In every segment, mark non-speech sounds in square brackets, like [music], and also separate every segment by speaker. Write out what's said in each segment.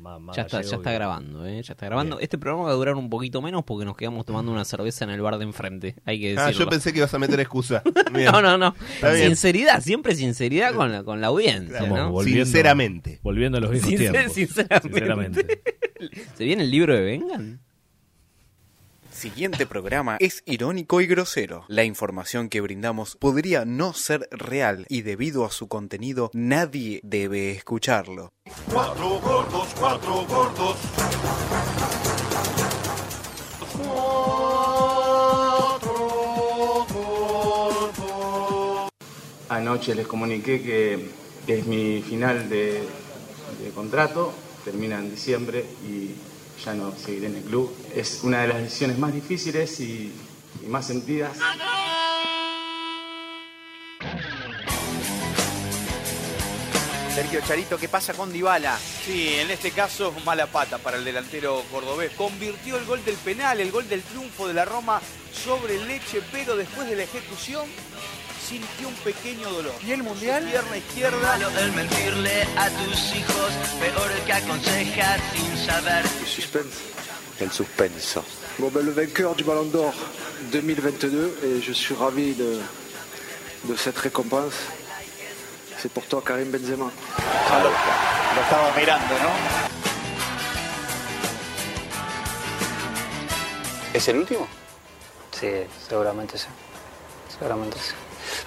Speaker 1: más, más
Speaker 2: ya está,
Speaker 1: gallego
Speaker 2: ya está
Speaker 1: que-
Speaker 2: grabando, ¿eh? Ya está grabando.
Speaker 1: Bien.
Speaker 2: Este programa va a durar un poquito menos porque nos quedamos tomando una cerveza en el bar de enfrente. Hay que decirlo.
Speaker 3: Ah,
Speaker 2: [laughs]
Speaker 3: yo pensé que ibas a meter excusa. Bien.
Speaker 2: No, no, no.
Speaker 3: Está bien.
Speaker 2: Sinceridad, siempre sinceridad con la, con la audiencia,
Speaker 1: Estamos
Speaker 2: ¿no?
Speaker 1: volviendo-
Speaker 3: Sinceramente.
Speaker 1: Volviendo a los viejos
Speaker 2: Sincer-
Speaker 1: tiempos.
Speaker 2: [laughs] sinceramente. [laughs] ¿Se viene el libro de Vengan?
Speaker 4: Siguiente programa es irónico y grosero. La información que brindamos podría no ser real y debido a su contenido nadie debe escucharlo.
Speaker 5: Cuatro gordos, cuatro gordos.
Speaker 6: Anoche les comuniqué que es mi final de, de contrato, termina en diciembre y ya no seguiré en el club. Es una de las decisiones más difíciles y, y más sentidas.
Speaker 7: Sergio Charito, ¿qué pasa con Dybala?
Speaker 8: Sí, en este caso mala pata para el delantero cordobés. Convirtió el gol del penal, el gol del triunfo de la Roma sobre el Leche, pero después de la ejecución sintió un pequeño dolor. ¿Y el mundial? pierna izquierda.
Speaker 9: el mentirle a tus hijos, peor que aconsejas sin saber.
Speaker 7: El suspenso.
Speaker 10: Bon, ben, le vainqueur du Ballon d'Or 2022 et je suis ravi de, de cette récompense. C'est pour toi Karim Benzema.
Speaker 7: Lo estaba mirando, ¿no? ¿Es el último?
Speaker 9: Sí, seguramente sí. Seguramente sí.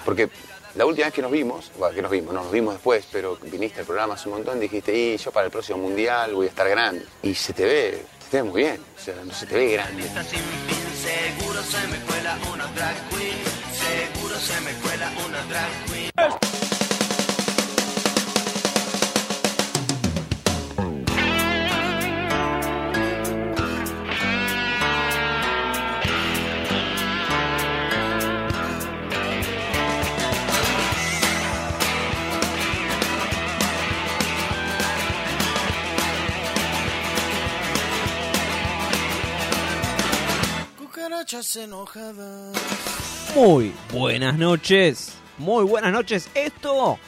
Speaker 7: Porque la última vez que nos vimos, bueno, que nos vimos, no, nos vimos después, pero viniste al programa hace un montón, dijiste, y yo para el próximo mundial voy a estar grande. Y se te ve, se te ve muy bien, o sea, no se te ve grande.
Speaker 9: Está sin fin, seguro se me cuela una drag queen. Seguro se me cuela una drag queen.
Speaker 2: Muy buenas noches. Muy buenas noches. Esto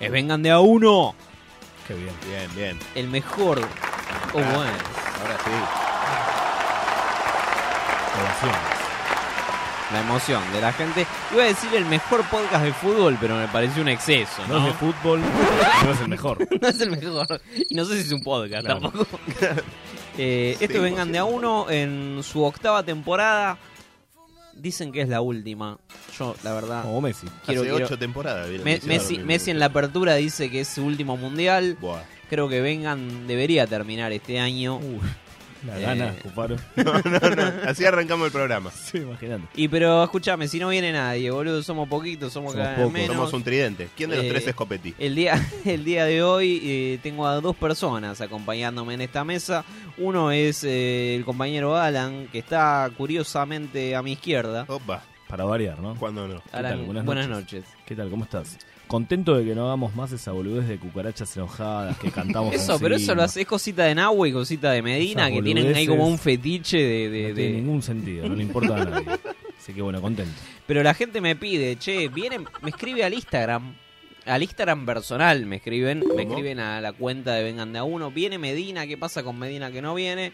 Speaker 2: es Vengan de a uno.
Speaker 1: Qué bien.
Speaker 3: Bien, bien.
Speaker 2: El mejor. Oh,
Speaker 3: Ah.
Speaker 2: bueno.
Speaker 3: Ahora sí.
Speaker 1: Ovaciones.
Speaker 2: La emoción de la gente. Iba a decir el mejor podcast de fútbol, pero me pareció un exceso,
Speaker 1: No
Speaker 2: ¿no?
Speaker 1: es de fútbol, no es el mejor.
Speaker 2: [laughs] No es el mejor. Y no sé si es un podcast
Speaker 1: Claro.
Speaker 2: tampoco. Eh, esto es vengan de a uno en su octava temporada. Dicen que es la última. Yo, la verdad.
Speaker 1: Como Messi.
Speaker 2: Quiero-
Speaker 3: Hace
Speaker 2: quiero-
Speaker 3: ocho temporadas. vieron
Speaker 2: Me-
Speaker 3: que hicieron
Speaker 2: Messi,
Speaker 3: lo mismo.
Speaker 2: Messi en la apertura dice que es su último mundial.
Speaker 3: Buah.
Speaker 2: Creo que vengan, debería terminar este año.
Speaker 1: Uh. La
Speaker 2: Eh.
Speaker 1: gana, Cufaro.
Speaker 3: No, no, no. Así arrancamos el programa.
Speaker 1: [laughs] Sí, imaginando.
Speaker 2: Y pero escúchame, si no viene nadie, boludo, somos poquitos, somos,
Speaker 1: Somos
Speaker 2: cada vez
Speaker 1: pocos.
Speaker 2: Ah, menos.
Speaker 3: Somos un tridente. ¿Quién de los
Speaker 2: Eh,
Speaker 3: tres es Copetti?
Speaker 2: El día, [laughs] el día de hoy eh, tengo a dos personas acompañándome en esta mesa. Uno es eh, el compañero Alan, que está curiosamente a mi izquierda.
Speaker 3: Opa,
Speaker 1: Para variar, ¿no?
Speaker 3: ¿cuándo no?
Speaker 1: ¿Qué
Speaker 2: Alan,
Speaker 1: tal?
Speaker 2: buenas,
Speaker 1: Buenas
Speaker 2: noches.
Speaker 1: ¿Qué tal? ¿Cómo estás? Contento de que no hagamos más esa boludez de cucarachas enojadas que cantamos.
Speaker 2: [laughs] Eso, pero eso lo hace, es cosita de Nahue y cosita de Medina,
Speaker 1: Esas
Speaker 2: que tienen ahí
Speaker 1: boludeces
Speaker 2: como un fetiche de... de-
Speaker 1: No
Speaker 2: de-
Speaker 1: tiene ningún sentido, no le importa a nadie. Así que bueno, contento.
Speaker 2: Pero la gente me pide, che, vienen, me escribe al Instagram. Al Instagram personal me escriben, me escriben a la cuenta de Vengan de a uno. Viene Medina, ¿qué pasa con Medina que no viene?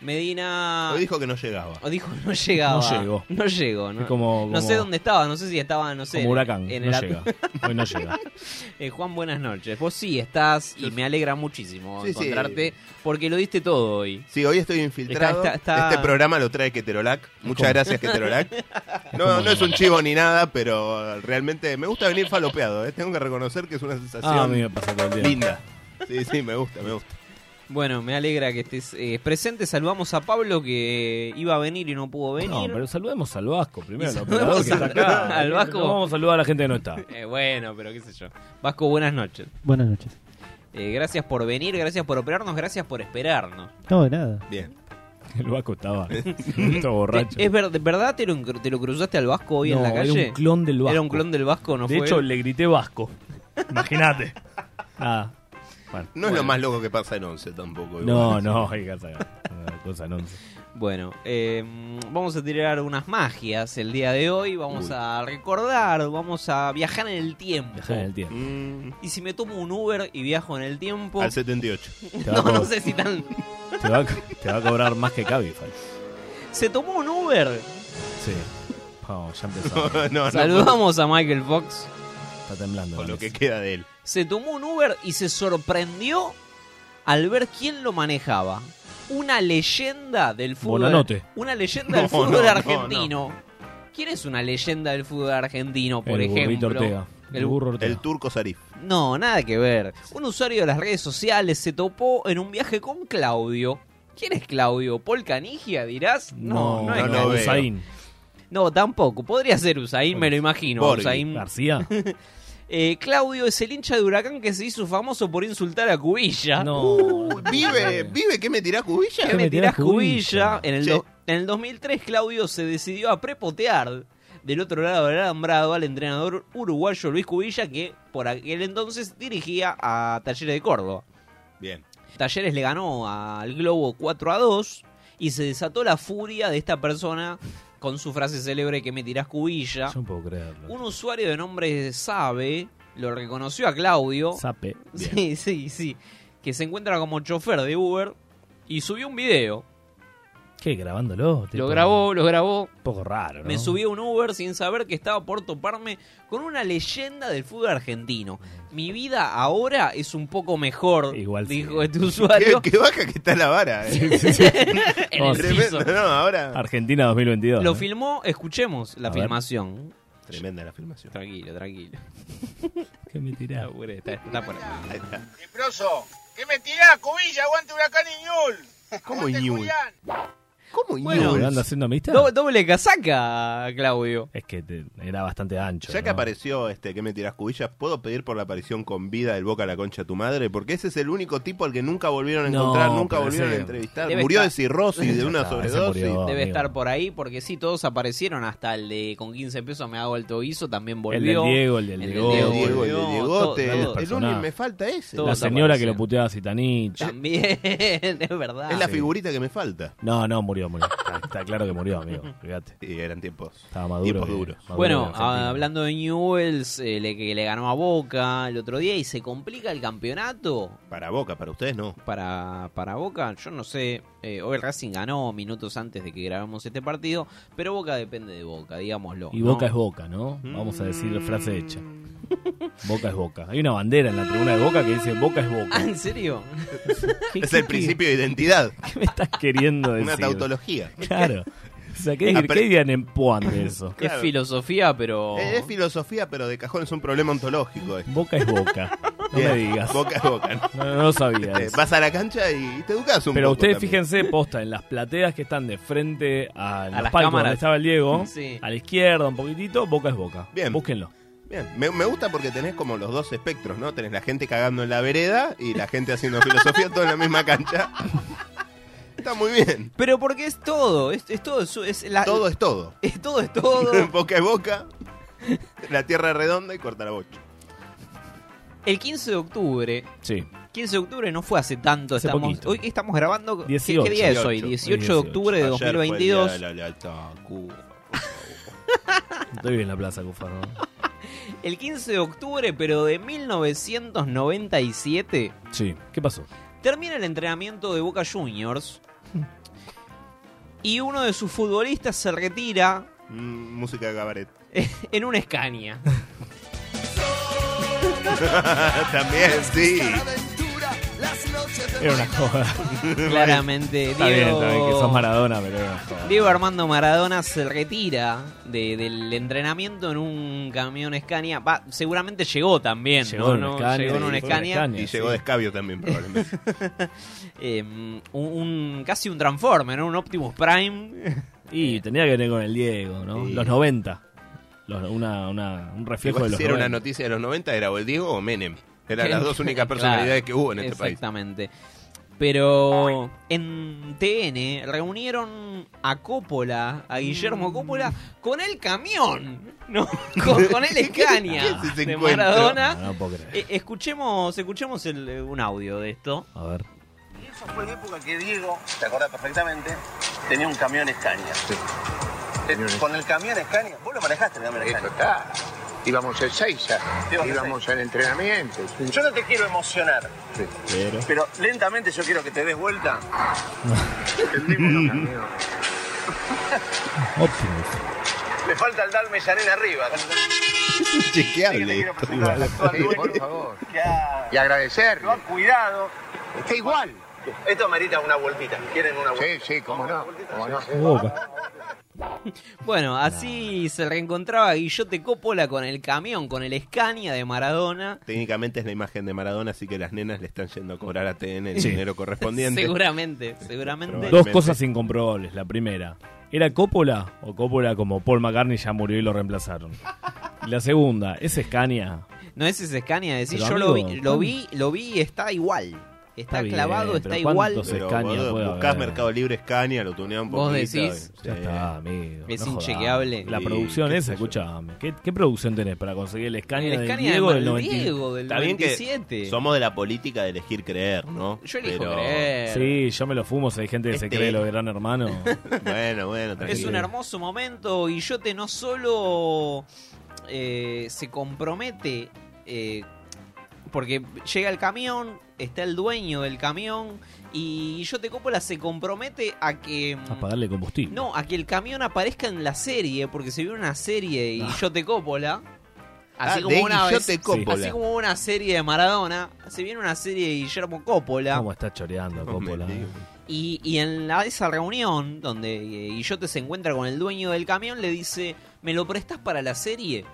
Speaker 2: Medina...
Speaker 3: Hoy dijo que no llegaba.
Speaker 2: O [laughs] dijo, no llegaba.
Speaker 1: No llegó.
Speaker 2: No llegó, ¿no?
Speaker 1: Es como,
Speaker 2: No
Speaker 1: como-
Speaker 2: sé dónde estaba, no sé si estaba, no sé.
Speaker 1: como
Speaker 2: en-
Speaker 1: huracán,
Speaker 2: en
Speaker 1: no
Speaker 2: el at-
Speaker 1: llega. Hoy no llega.
Speaker 2: [laughs] Eh, Juan, buenas noches. Vos sí estás y me alegra muchísimo
Speaker 3: Sí, sí.
Speaker 2: encontrarte porque lo diste todo hoy.
Speaker 3: Sí, hoy estoy infiltrado.
Speaker 2: Está- está- está-
Speaker 3: Este programa lo trae Keterolac. Muchas gracias,
Speaker 2: [laughs]
Speaker 3: Keterolac. No, no es un chivo ni nada, pero realmente me gusta venir falopeado. ¿eh? Tengo que reconocer que es una sensación
Speaker 1: Ah, a mí me pasa todo el día.
Speaker 3: linda. Sí, sí, me gusta, me gusta.
Speaker 2: Bueno, me alegra que estés eh, presente. Saludamos a Pablo que iba a venir y no pudo venir.
Speaker 1: No, pero saludemos al Vasco primero,
Speaker 2: Y
Speaker 1: al
Speaker 2: saludemos
Speaker 1: operador que está
Speaker 2: al-
Speaker 1: acá.
Speaker 2: al Vasco.
Speaker 1: No Vamos a saludar a la gente que no está.
Speaker 2: Eh, bueno, pero qué sé yo. Vasco, buenas noches.
Speaker 11: Buenas noches.
Speaker 2: Eh, gracias por venir, gracias por operarnos, gracias por esperarnos.
Speaker 11: No, de nada.
Speaker 3: Bien.
Speaker 1: El Vasco
Speaker 2: [laughs]
Speaker 1: estaba. estaba borracho.
Speaker 2: ¿Es ver- verdad te lo, encru- te lo cruzaste al Vasco hoy en
Speaker 1: No,
Speaker 2: la calle?
Speaker 1: Era un clon del Vasco.
Speaker 2: Era un clon del Vasco, no
Speaker 1: de
Speaker 2: fue
Speaker 1: hecho,
Speaker 2: él?
Speaker 1: le grité Vasco. [laughs] Imagínate. Nada.
Speaker 3: No es lo más loco que pasa en Once tampoco. igual.
Speaker 1: No, no, hay que saber. Una cosa no.
Speaker 2: Bueno, eh, vamos a tirar unas magias el día de hoy. Vamos
Speaker 1: Uy.
Speaker 2: a recordar, vamos a viajar en el tiempo.
Speaker 1: Viajar en el
Speaker 2: [laughs]
Speaker 1: tiempo.
Speaker 2: Y si me tomo un Uber y viajo en el tiempo.
Speaker 3: Mm, Al 78.
Speaker 1: Te va a
Speaker 2: [laughs] No, no
Speaker 1: cobrar-
Speaker 2: sé si tan.
Speaker 1: Te va, a co- te va a cobrar más que Cabify.
Speaker 2: Se tomó un Uber.
Speaker 1: Ah, Sí. Vamos, ya
Speaker 2: [laughs]
Speaker 1: empezamos.
Speaker 3: [laughs] No, no,
Speaker 2: Saludamos a Michael Fox.
Speaker 1: Está temblando.
Speaker 3: Con lo que
Speaker 1: Alex.
Speaker 3: queda de él.
Speaker 2: Se tomó un Uber y se sorprendió al ver quién lo manejaba. Una leyenda del fútbol.
Speaker 1: Bonanote.
Speaker 2: Una
Speaker 1: [laughs]
Speaker 2: leyenda del
Speaker 3: No,
Speaker 2: fútbol
Speaker 3: no, no,
Speaker 2: argentino. ¿Quién es una leyenda del fútbol argentino, por
Speaker 1: el burrito
Speaker 2: ejemplo?
Speaker 1: Ortega.
Speaker 2: El
Speaker 1: El, burro Ortega.
Speaker 3: El turco Sarif.
Speaker 2: No, nada que ver. Un usuario de las redes sociales se topó en un viaje con Claudio. ¿Quién es Claudio? ¿Paul Canigia, dirás? No, no, es
Speaker 3: no lo
Speaker 2: Canigia.
Speaker 3: veo.
Speaker 1: Usain.
Speaker 2: No, tampoco. Podría ser Usain, me lo imagino.
Speaker 3: Borghi.
Speaker 2: Usain.
Speaker 1: García.
Speaker 2: Eh, Claudio es el hincha de Huracán que se hizo famoso por insultar a Cubilla.
Speaker 1: No.
Speaker 2: Uh,
Speaker 3: Vive, vive, ¿qué me tirás cubilla?
Speaker 2: ¿Qué me tirás, Cubilla? En el,
Speaker 3: Sí.
Speaker 2: do- en el 2003, Claudio se decidió a prepotear del otro lado del alambrado al entrenador uruguayo Luis Cubilla, que por aquel entonces dirigía a Talleres de Córdoba.
Speaker 3: Bien.
Speaker 2: Talleres le ganó al Globo 4 a 2 y se desató la furia de esta persona con su frase célebre que me tirás cubilla.
Speaker 1: Yo no puedo creerlo.
Speaker 2: Un usuario de nombre Sabe lo reconoció a Claudio.
Speaker 1: Sape.
Speaker 2: Sí, [laughs] sí, sí. Que se encuentra como chofer de Uber y subió un video.
Speaker 1: ¿Qué? ¿Grabándolo?
Speaker 2: Lo
Speaker 1: Tipo,
Speaker 2: grabó, lo grabó.
Speaker 1: Un poco raro, ¿no?
Speaker 2: Me subí a un Uber sin saber que estaba por toparme con una leyenda del fútbol argentino. Mi vida ahora es un poco mejor,
Speaker 1: Igual sí. eh.
Speaker 2: dijo este
Speaker 3: ¿Qué, [laughs]
Speaker 2: usuario.
Speaker 3: qué baja que está la vara. eh.
Speaker 2: en el piso.
Speaker 3: Tremendo, no, ahora.
Speaker 1: Oh, Argentina 2022.
Speaker 2: Lo
Speaker 1: ¿no?
Speaker 2: filmó, escuchemos la
Speaker 1: ¿eh? A ver.
Speaker 2: filmación.
Speaker 3: Tremenda la afirmación.
Speaker 2: Tranquilo, tranquilo.
Speaker 1: ¿Qué me tirás?
Speaker 2: Está, está por ahí.
Speaker 12: Leproso, ¿qué me tirás, Cubilla? Aguante Huracán y Ñul.
Speaker 3: ¿Cómo
Speaker 12: Aguante,
Speaker 3: Iñul?
Speaker 12: Julián.
Speaker 3: ¿Cómo
Speaker 2: Bueno,
Speaker 1: ¿Lo
Speaker 3: Iñul?
Speaker 1: anda haciendo amistad?
Speaker 2: Do- doble casaca, Claudio.
Speaker 1: Es que te- era bastante ancho.
Speaker 3: Ya que
Speaker 1: ¿no?
Speaker 3: apareció este que me tirás cubilla, ¿puedo pedir por la aparición con vida del Boca a la concha de tu madre? Porque ese es el único tipo al que nunca volvieron a
Speaker 1: No,
Speaker 3: encontrar, nunca
Speaker 1: pero
Speaker 3: volvieron a
Speaker 1: ese-
Speaker 3: entrevistar.
Speaker 2: Debe
Speaker 3: Murió de
Speaker 2: estar-
Speaker 3: cirrosis, de una
Speaker 1: Ya está, ese
Speaker 3: sobredosis.
Speaker 1: murió.
Speaker 2: Debe
Speaker 1: Oh, amigo.
Speaker 2: estar por ahí porque sí, todos aparecieron, hasta el de con 15 pesos me hago el toguizo, también
Speaker 1: El del
Speaker 2: volvió.
Speaker 1: Diego, el del
Speaker 2: El del
Speaker 1: Diego.
Speaker 3: El
Speaker 2: Diego,
Speaker 3: Diego, el de
Speaker 2: Todo,
Speaker 3: Diegote,
Speaker 2: todo,
Speaker 3: el-
Speaker 2: todo.
Speaker 3: el único me falta ese.
Speaker 2: Todo.
Speaker 1: La
Speaker 2: Todos
Speaker 1: señora que
Speaker 2: aparecieron.
Speaker 1: lo puteaba a Sitanich.
Speaker 2: También, [laughs] es verdad.
Speaker 3: Es la figurita que me falta.
Speaker 1: No, no, murió, murió. Está, está claro que murió, amigo. Fíjate.
Speaker 3: Y eran tiempos.
Speaker 1: Estaba maduro.
Speaker 3: Tiempos
Speaker 1: que-
Speaker 3: duros.
Speaker 1: maduro
Speaker 2: Bueno,
Speaker 1: que Argentina.
Speaker 2: ah, hablando de Newells, eh, le- que le ganó a Boca el otro día y se complica el campeonato
Speaker 3: Para Boca, para ustedes no.
Speaker 2: para, para Boca. Yo no sé, eh, hoy Racing ganó minutos antes de que grabamos este partido, pero Boca depende de Boca, digámoslo.
Speaker 1: Y
Speaker 2: ¿no? Mm.
Speaker 1: boca es boca, ¿no? Vamos a decir frase hecha. Boca es boca. Hay una bandera en la tribuna de boca que dice boca es
Speaker 2: [laughs] Ah, [laughs]
Speaker 1: boca.
Speaker 2: ¿en serio?
Speaker 1: ¿Qué-
Speaker 3: Es
Speaker 1: qué-
Speaker 3: el
Speaker 1: qué-
Speaker 3: principio de identidad,
Speaker 1: ¿Qué me estás queriendo
Speaker 3: [laughs]
Speaker 1: decir?
Speaker 3: una tautología.
Speaker 1: Claro. O sea, ¿qué,
Speaker 3: Apre-
Speaker 1: ¿qué dirían en Puan de eso?
Speaker 2: Es
Speaker 3: Claro.
Speaker 2: filosofía,
Speaker 1: Oh.
Speaker 2: pero...
Speaker 3: Eh, Es filosofía, pero de cajón es un problema ontológico. esto.
Speaker 1: Boca es boca. No
Speaker 3: Bien,
Speaker 1: me digas.
Speaker 3: Boca a boca.
Speaker 1: [laughs]
Speaker 3: ¿no?
Speaker 1: No, no, no sabía.
Speaker 3: Eh,
Speaker 1: eso.
Speaker 3: Vas a la cancha y te educas un
Speaker 1: Pero
Speaker 3: poco.
Speaker 1: ustedes
Speaker 3: también.
Speaker 1: fíjense, posta, en las plateas que están de frente a, los
Speaker 2: las
Speaker 1: palcos
Speaker 2: cámaras.
Speaker 1: donde estaba el Diego,
Speaker 2: Sí.
Speaker 1: a la izquierda un poquitito, boca es boca.
Speaker 3: Bien.
Speaker 1: Búsquenlo.
Speaker 3: Bien, me, me gusta porque tenés como los dos espectros, ¿no? Tenés la gente cagando en la vereda y la gente haciendo [laughs] filosofía, todo en la misma cancha. Está muy bien.
Speaker 2: Pero porque es todo, es, es todo, es, es
Speaker 1: Ah,
Speaker 2: la-
Speaker 3: Todo es todo.
Speaker 2: [laughs] es todo, es todo.
Speaker 3: [laughs] boca es boca, la tierra es redonda y corta la bocha.
Speaker 2: El 15 de octubre,
Speaker 1: Sí.
Speaker 2: 15 de octubre no fue hace tanto,
Speaker 1: Hace
Speaker 2: estamos,
Speaker 1: poquito.
Speaker 2: hoy que estamos grabando, ¿qué-
Speaker 1: 18.
Speaker 2: ¿qué, día es hoy? 18,
Speaker 1: 18.
Speaker 2: de octubre de
Speaker 3: Ayer fue el día
Speaker 2: 2022.
Speaker 3: de la lealtad, Cuba.
Speaker 1: Estoy bien en la plaza, Cufaro.
Speaker 2: El 15 de octubre, pero de 1997,
Speaker 1: Sí. ¿Qué pasó?
Speaker 2: termina el entrenamiento de Boca Juniors
Speaker 1: Hmm.
Speaker 2: y uno de sus futbolistas se retira [laughs]
Speaker 3: Mm, música de cabaret.
Speaker 2: en
Speaker 1: [laughs]
Speaker 2: una escaña.
Speaker 3: También, sí.
Speaker 1: Era una joda. [laughs]
Speaker 2: Claramente,
Speaker 1: Está bien,
Speaker 2: Diego-
Speaker 1: está bien que sos Maradona, pero era una joda.
Speaker 2: Diego Armando Maradona se retira de- del entrenamiento en un camión Scania. Va, seguramente llegó también.
Speaker 1: Llegó
Speaker 2: ¿no?
Speaker 1: en un
Speaker 2: ¿No?
Speaker 1: Scania,
Speaker 2: Llegó en
Speaker 1: sí,
Speaker 2: un
Speaker 1: fue en un
Speaker 2: Scania.
Speaker 1: Scania.
Speaker 3: Y llegó de escabio también, probablemente.
Speaker 2: Eh, un, un- casi un Transformer, ¿no? un Optimus
Speaker 1: [laughs]
Speaker 2: Prime.
Speaker 1: Y tenía que venir con el Diego, ¿no?
Speaker 3: Sí.
Speaker 1: Los 90. Los- una, una- un reflejo
Speaker 3: Igual
Speaker 1: de los
Speaker 3: si era una
Speaker 1: 90.
Speaker 3: noticia de los 90, era o el Diego o Menem. Eran las dos
Speaker 2: [laughs]
Speaker 3: únicas personalidades que hubo en este país.
Speaker 2: Exactamente. Pero en TN reunieron a Coppola, a Guillermo Coppola, con el camión,
Speaker 3: [laughs]
Speaker 2: ¿no? con, con el Scania
Speaker 3: ¿Qué es ese
Speaker 2: de
Speaker 3: encuentro?
Speaker 2: Maradona.
Speaker 1: No, no puedo creer.
Speaker 2: Eh, escuchemos escuchemos el- eh, un audio de esto.
Speaker 1: A ver.
Speaker 12: Eso fue la época que Diego, te acordás perfectamente,
Speaker 8: tenía un camión Escaña. Te- Con el camión Escaña, vos lo manejaste el camión Escaña.
Speaker 7: Íbamos a Seiza,
Speaker 8: Íbamos a
Speaker 7: íbamos al entrenamiento.
Speaker 8: Yo no te quiero emocionar,
Speaker 7: Pero...
Speaker 8: pero lentamente yo quiero que te des vuelta. Le falta el Dalmes Arena arriba.
Speaker 3: [laughs] Chequeable. esto, igual.
Speaker 7: por favor. Y agradecer.
Speaker 8: Lo han cuidado.
Speaker 7: Está igual.
Speaker 8: Esto merita una vueltita. ¿Quieren una
Speaker 7: Sí,
Speaker 8: vueltita?
Speaker 7: sí, cómo no. Cómo no.
Speaker 2: Ah, Bueno, así se reencontraba Guillote Coppola con el camión, con el Scania de Maradona.
Speaker 3: [laughs] Técnicamente es la imagen de Maradona, así que las nenas le están yendo a cobrar a TN el
Speaker 1: Sí.
Speaker 3: dinero correspondiente.
Speaker 2: Seguramente, seguramente.
Speaker 1: Dos cosas incomprobables. La primera, ¿era Coppola o Coppola como Paul McCartney ya murió y lo reemplazaron? Y la segunda, ¿es Scania?
Speaker 2: No es ese Scania, decís,
Speaker 1: Pero,
Speaker 2: yo lo
Speaker 1: amigo,
Speaker 2: vi, lo vi, lo vi y está igual. Está,
Speaker 1: bien,
Speaker 2: clavado, está
Speaker 1: pero
Speaker 2: igual.
Speaker 1: ¿cuántos
Speaker 3: Pero,
Speaker 1: Scania
Speaker 3: boludo,
Speaker 1: puede
Speaker 3: buscás
Speaker 1: haber?
Speaker 3: Mercado Libre Scania, lo tunean un poquito.
Speaker 2: ¿Vos decís?
Speaker 1: Ya está, amigo.
Speaker 2: Es
Speaker 1: jodas.
Speaker 2: inchequeable.
Speaker 1: La
Speaker 2: Y
Speaker 1: producción esa, escúchame. ¿Qué, qué producción tenés para conseguir el Scania
Speaker 2: El
Speaker 1: del
Speaker 2: Scania de
Speaker 1: Diego del
Speaker 2: Mar-
Speaker 1: 90?
Speaker 2: Diego del
Speaker 3: Está bien que
Speaker 2: 97.
Speaker 3: somos de la política de elegir creer, ¿no? Yo
Speaker 2: elijo
Speaker 1: Sí,
Speaker 2: creer.
Speaker 1: yo me lo fumo si hay gente que se
Speaker 3: Este-
Speaker 1: cree lo de gran
Speaker 2: [laughs]
Speaker 1: hermano.
Speaker 3: Bueno, bueno, tranquilo.
Speaker 2: Es un hermoso momento. Guillote no solo eh, se compromete, eh, porque llega el camión, está el dueño del camión, y Guillote Coppola se compromete a que. mm,
Speaker 1: A pagarle combustible.
Speaker 2: No, a que el camión aparezca en la serie, porque se vio una serie de Guillote Coppola. Así,
Speaker 3: Ah,
Speaker 2: como
Speaker 3: de
Speaker 2: una vez-
Speaker 3: Guillote Coppola.
Speaker 2: así como una serie de Maradona, se viene una serie de Guillermo Coppola.
Speaker 1: ¿Cómo está choreando Coppola? eh?
Speaker 2: Y, y en la, esa reunión donde eh, Guillote se encuentra con el dueño del camión, le dice, ¿me lo prestás para la serie?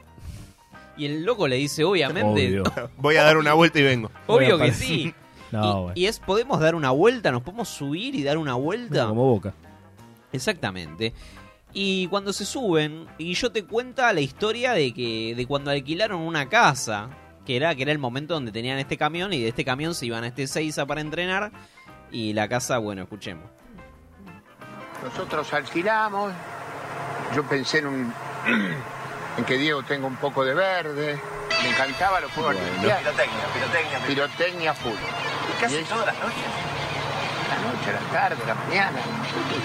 Speaker 2: Y el loco le dice, [laughs] obviamente, obvio,
Speaker 3: Voy a dar una vuelta y vengo.
Speaker 2: que sí.
Speaker 1: [laughs] No,
Speaker 2: y,
Speaker 1: bueno.
Speaker 2: y es, podemos dar una vuelta, nos podemos subir y dar una vuelta.
Speaker 1: Como boca.
Speaker 2: Exactamente. Y cuando se suben, Guillote cuenta la historia de que de cuando alquilaron una casa, que era, que era el momento donde tenían este camión y de este camión se iban a este Seiza para entrenar. Y la casa, bueno, escuchemos.
Speaker 7: Nosotros alquilamos. Yo pensé en un. [clears throat] en que Diego tenga un poco de verde. Me encantaba los fuegos artificiales.
Speaker 8: Pirotecnia, pirotecnia.
Speaker 7: Pirotecnia full.
Speaker 8: ¿Y casi todas las noches?
Speaker 7: La noche, la tarde, la mañana.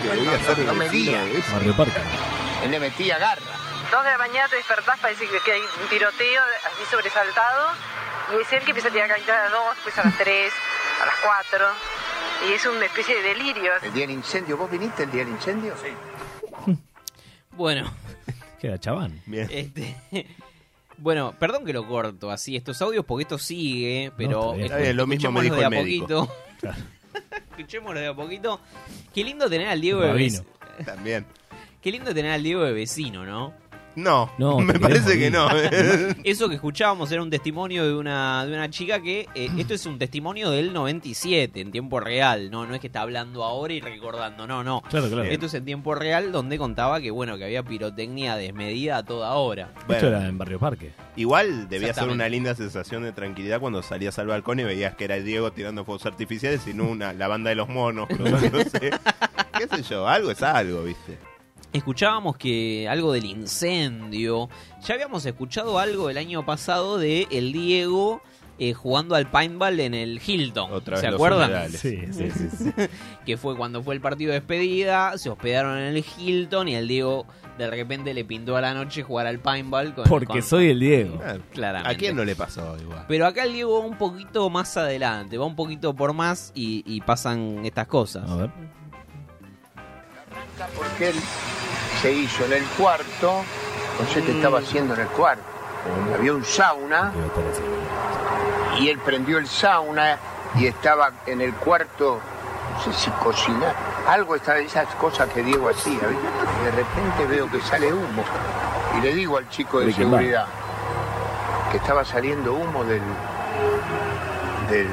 Speaker 3: Voy a hacer
Speaker 7: No, no me
Speaker 3: vecino
Speaker 7: digas.
Speaker 3: de eso.
Speaker 1: Mario Parca.
Speaker 7: Él le metía garra.
Speaker 13: Dos de la mañana te despertás para decir que hay un tiroteo así sobresaltado y es él que empieza a tirar cañitas a las dos, después a las tres, a las cuatro y es una especie de delirio.
Speaker 7: El día del incendio. ¿Vos viniste el día del incendio? Sí.
Speaker 2: Bueno,
Speaker 1: Queda chabán.
Speaker 2: [laughs] este, bueno, perdón que lo corto así estos audios porque esto sigue, pero
Speaker 3: está bien. Está bien, lo mismo me dijo
Speaker 2: escuchémoslo
Speaker 3: el
Speaker 2: de a
Speaker 3: médico.
Speaker 2: poquito. [laughs] Escuchémoslo de a poquito. Qué lindo tener al Diego de
Speaker 3: Rabino.
Speaker 2: vecino.
Speaker 3: También.
Speaker 2: Qué lindo tener al Diego de vecino, ¿no?
Speaker 3: No, [laughs] me parece que no.
Speaker 2: [laughs] Eso que escuchábamos era un testimonio de una, de una chica que. eh,
Speaker 3: Mm.
Speaker 2: esto es un testimonio del 97, en tiempo real. No, no es que está hablando ahora y recordando. No, no.
Speaker 1: Claro, claro.
Speaker 2: Esto es en tiempo real donde contaba que, bueno, que había pirotecnia desmedida a toda hora.
Speaker 1: Esto era en Barrio Parque.
Speaker 3: Igual debía ser
Speaker 2: Exactamente.
Speaker 3: una linda sensación de tranquilidad cuando salías al balcón y veías que era Diego tirando fuegos artificiales y no una, la banda de los monos.
Speaker 2: [laughs]
Speaker 3: brotándose. ¿Qué sé yo? Algo es algo, ¿viste?
Speaker 2: Escuchábamos que algo del incendio. Ya habíamos escuchado algo el año pasado de el Diego eh, jugando al paintball en el Hilton.
Speaker 3: Otra vez
Speaker 2: ¿Se
Speaker 3: los
Speaker 2: acuerdan?
Speaker 3: funerales. Sí, sí, sí,
Speaker 2: que fue cuando fue el partido de despedida, se hospedaron en el Hilton y el Diego de repente le pintó a la noche jugar al paintball con
Speaker 1: Porque
Speaker 2: con-
Speaker 1: soy el Diego.
Speaker 2: [laughs] Claramente.
Speaker 3: Ah, ¿A quién no le pasó igual?
Speaker 2: Pero acá el Diego va un poquito más adelante, va un poquito por más y, y pasan estas cosas. A ver.
Speaker 7: Porque él se hizo en el cuarto. No sé qué estaba haciendo en el cuarto. Había un sauna.
Speaker 3: Ah.
Speaker 7: y él prendió el sauna y estaba en el cuarto, no sé si cocinar, algo está de esas cosas que Diego hacía, ¿viste? Y de repente veo que sale humo y le digo al chico de
Speaker 8: Breaking
Speaker 7: seguridad que estaba saliendo humo del, del,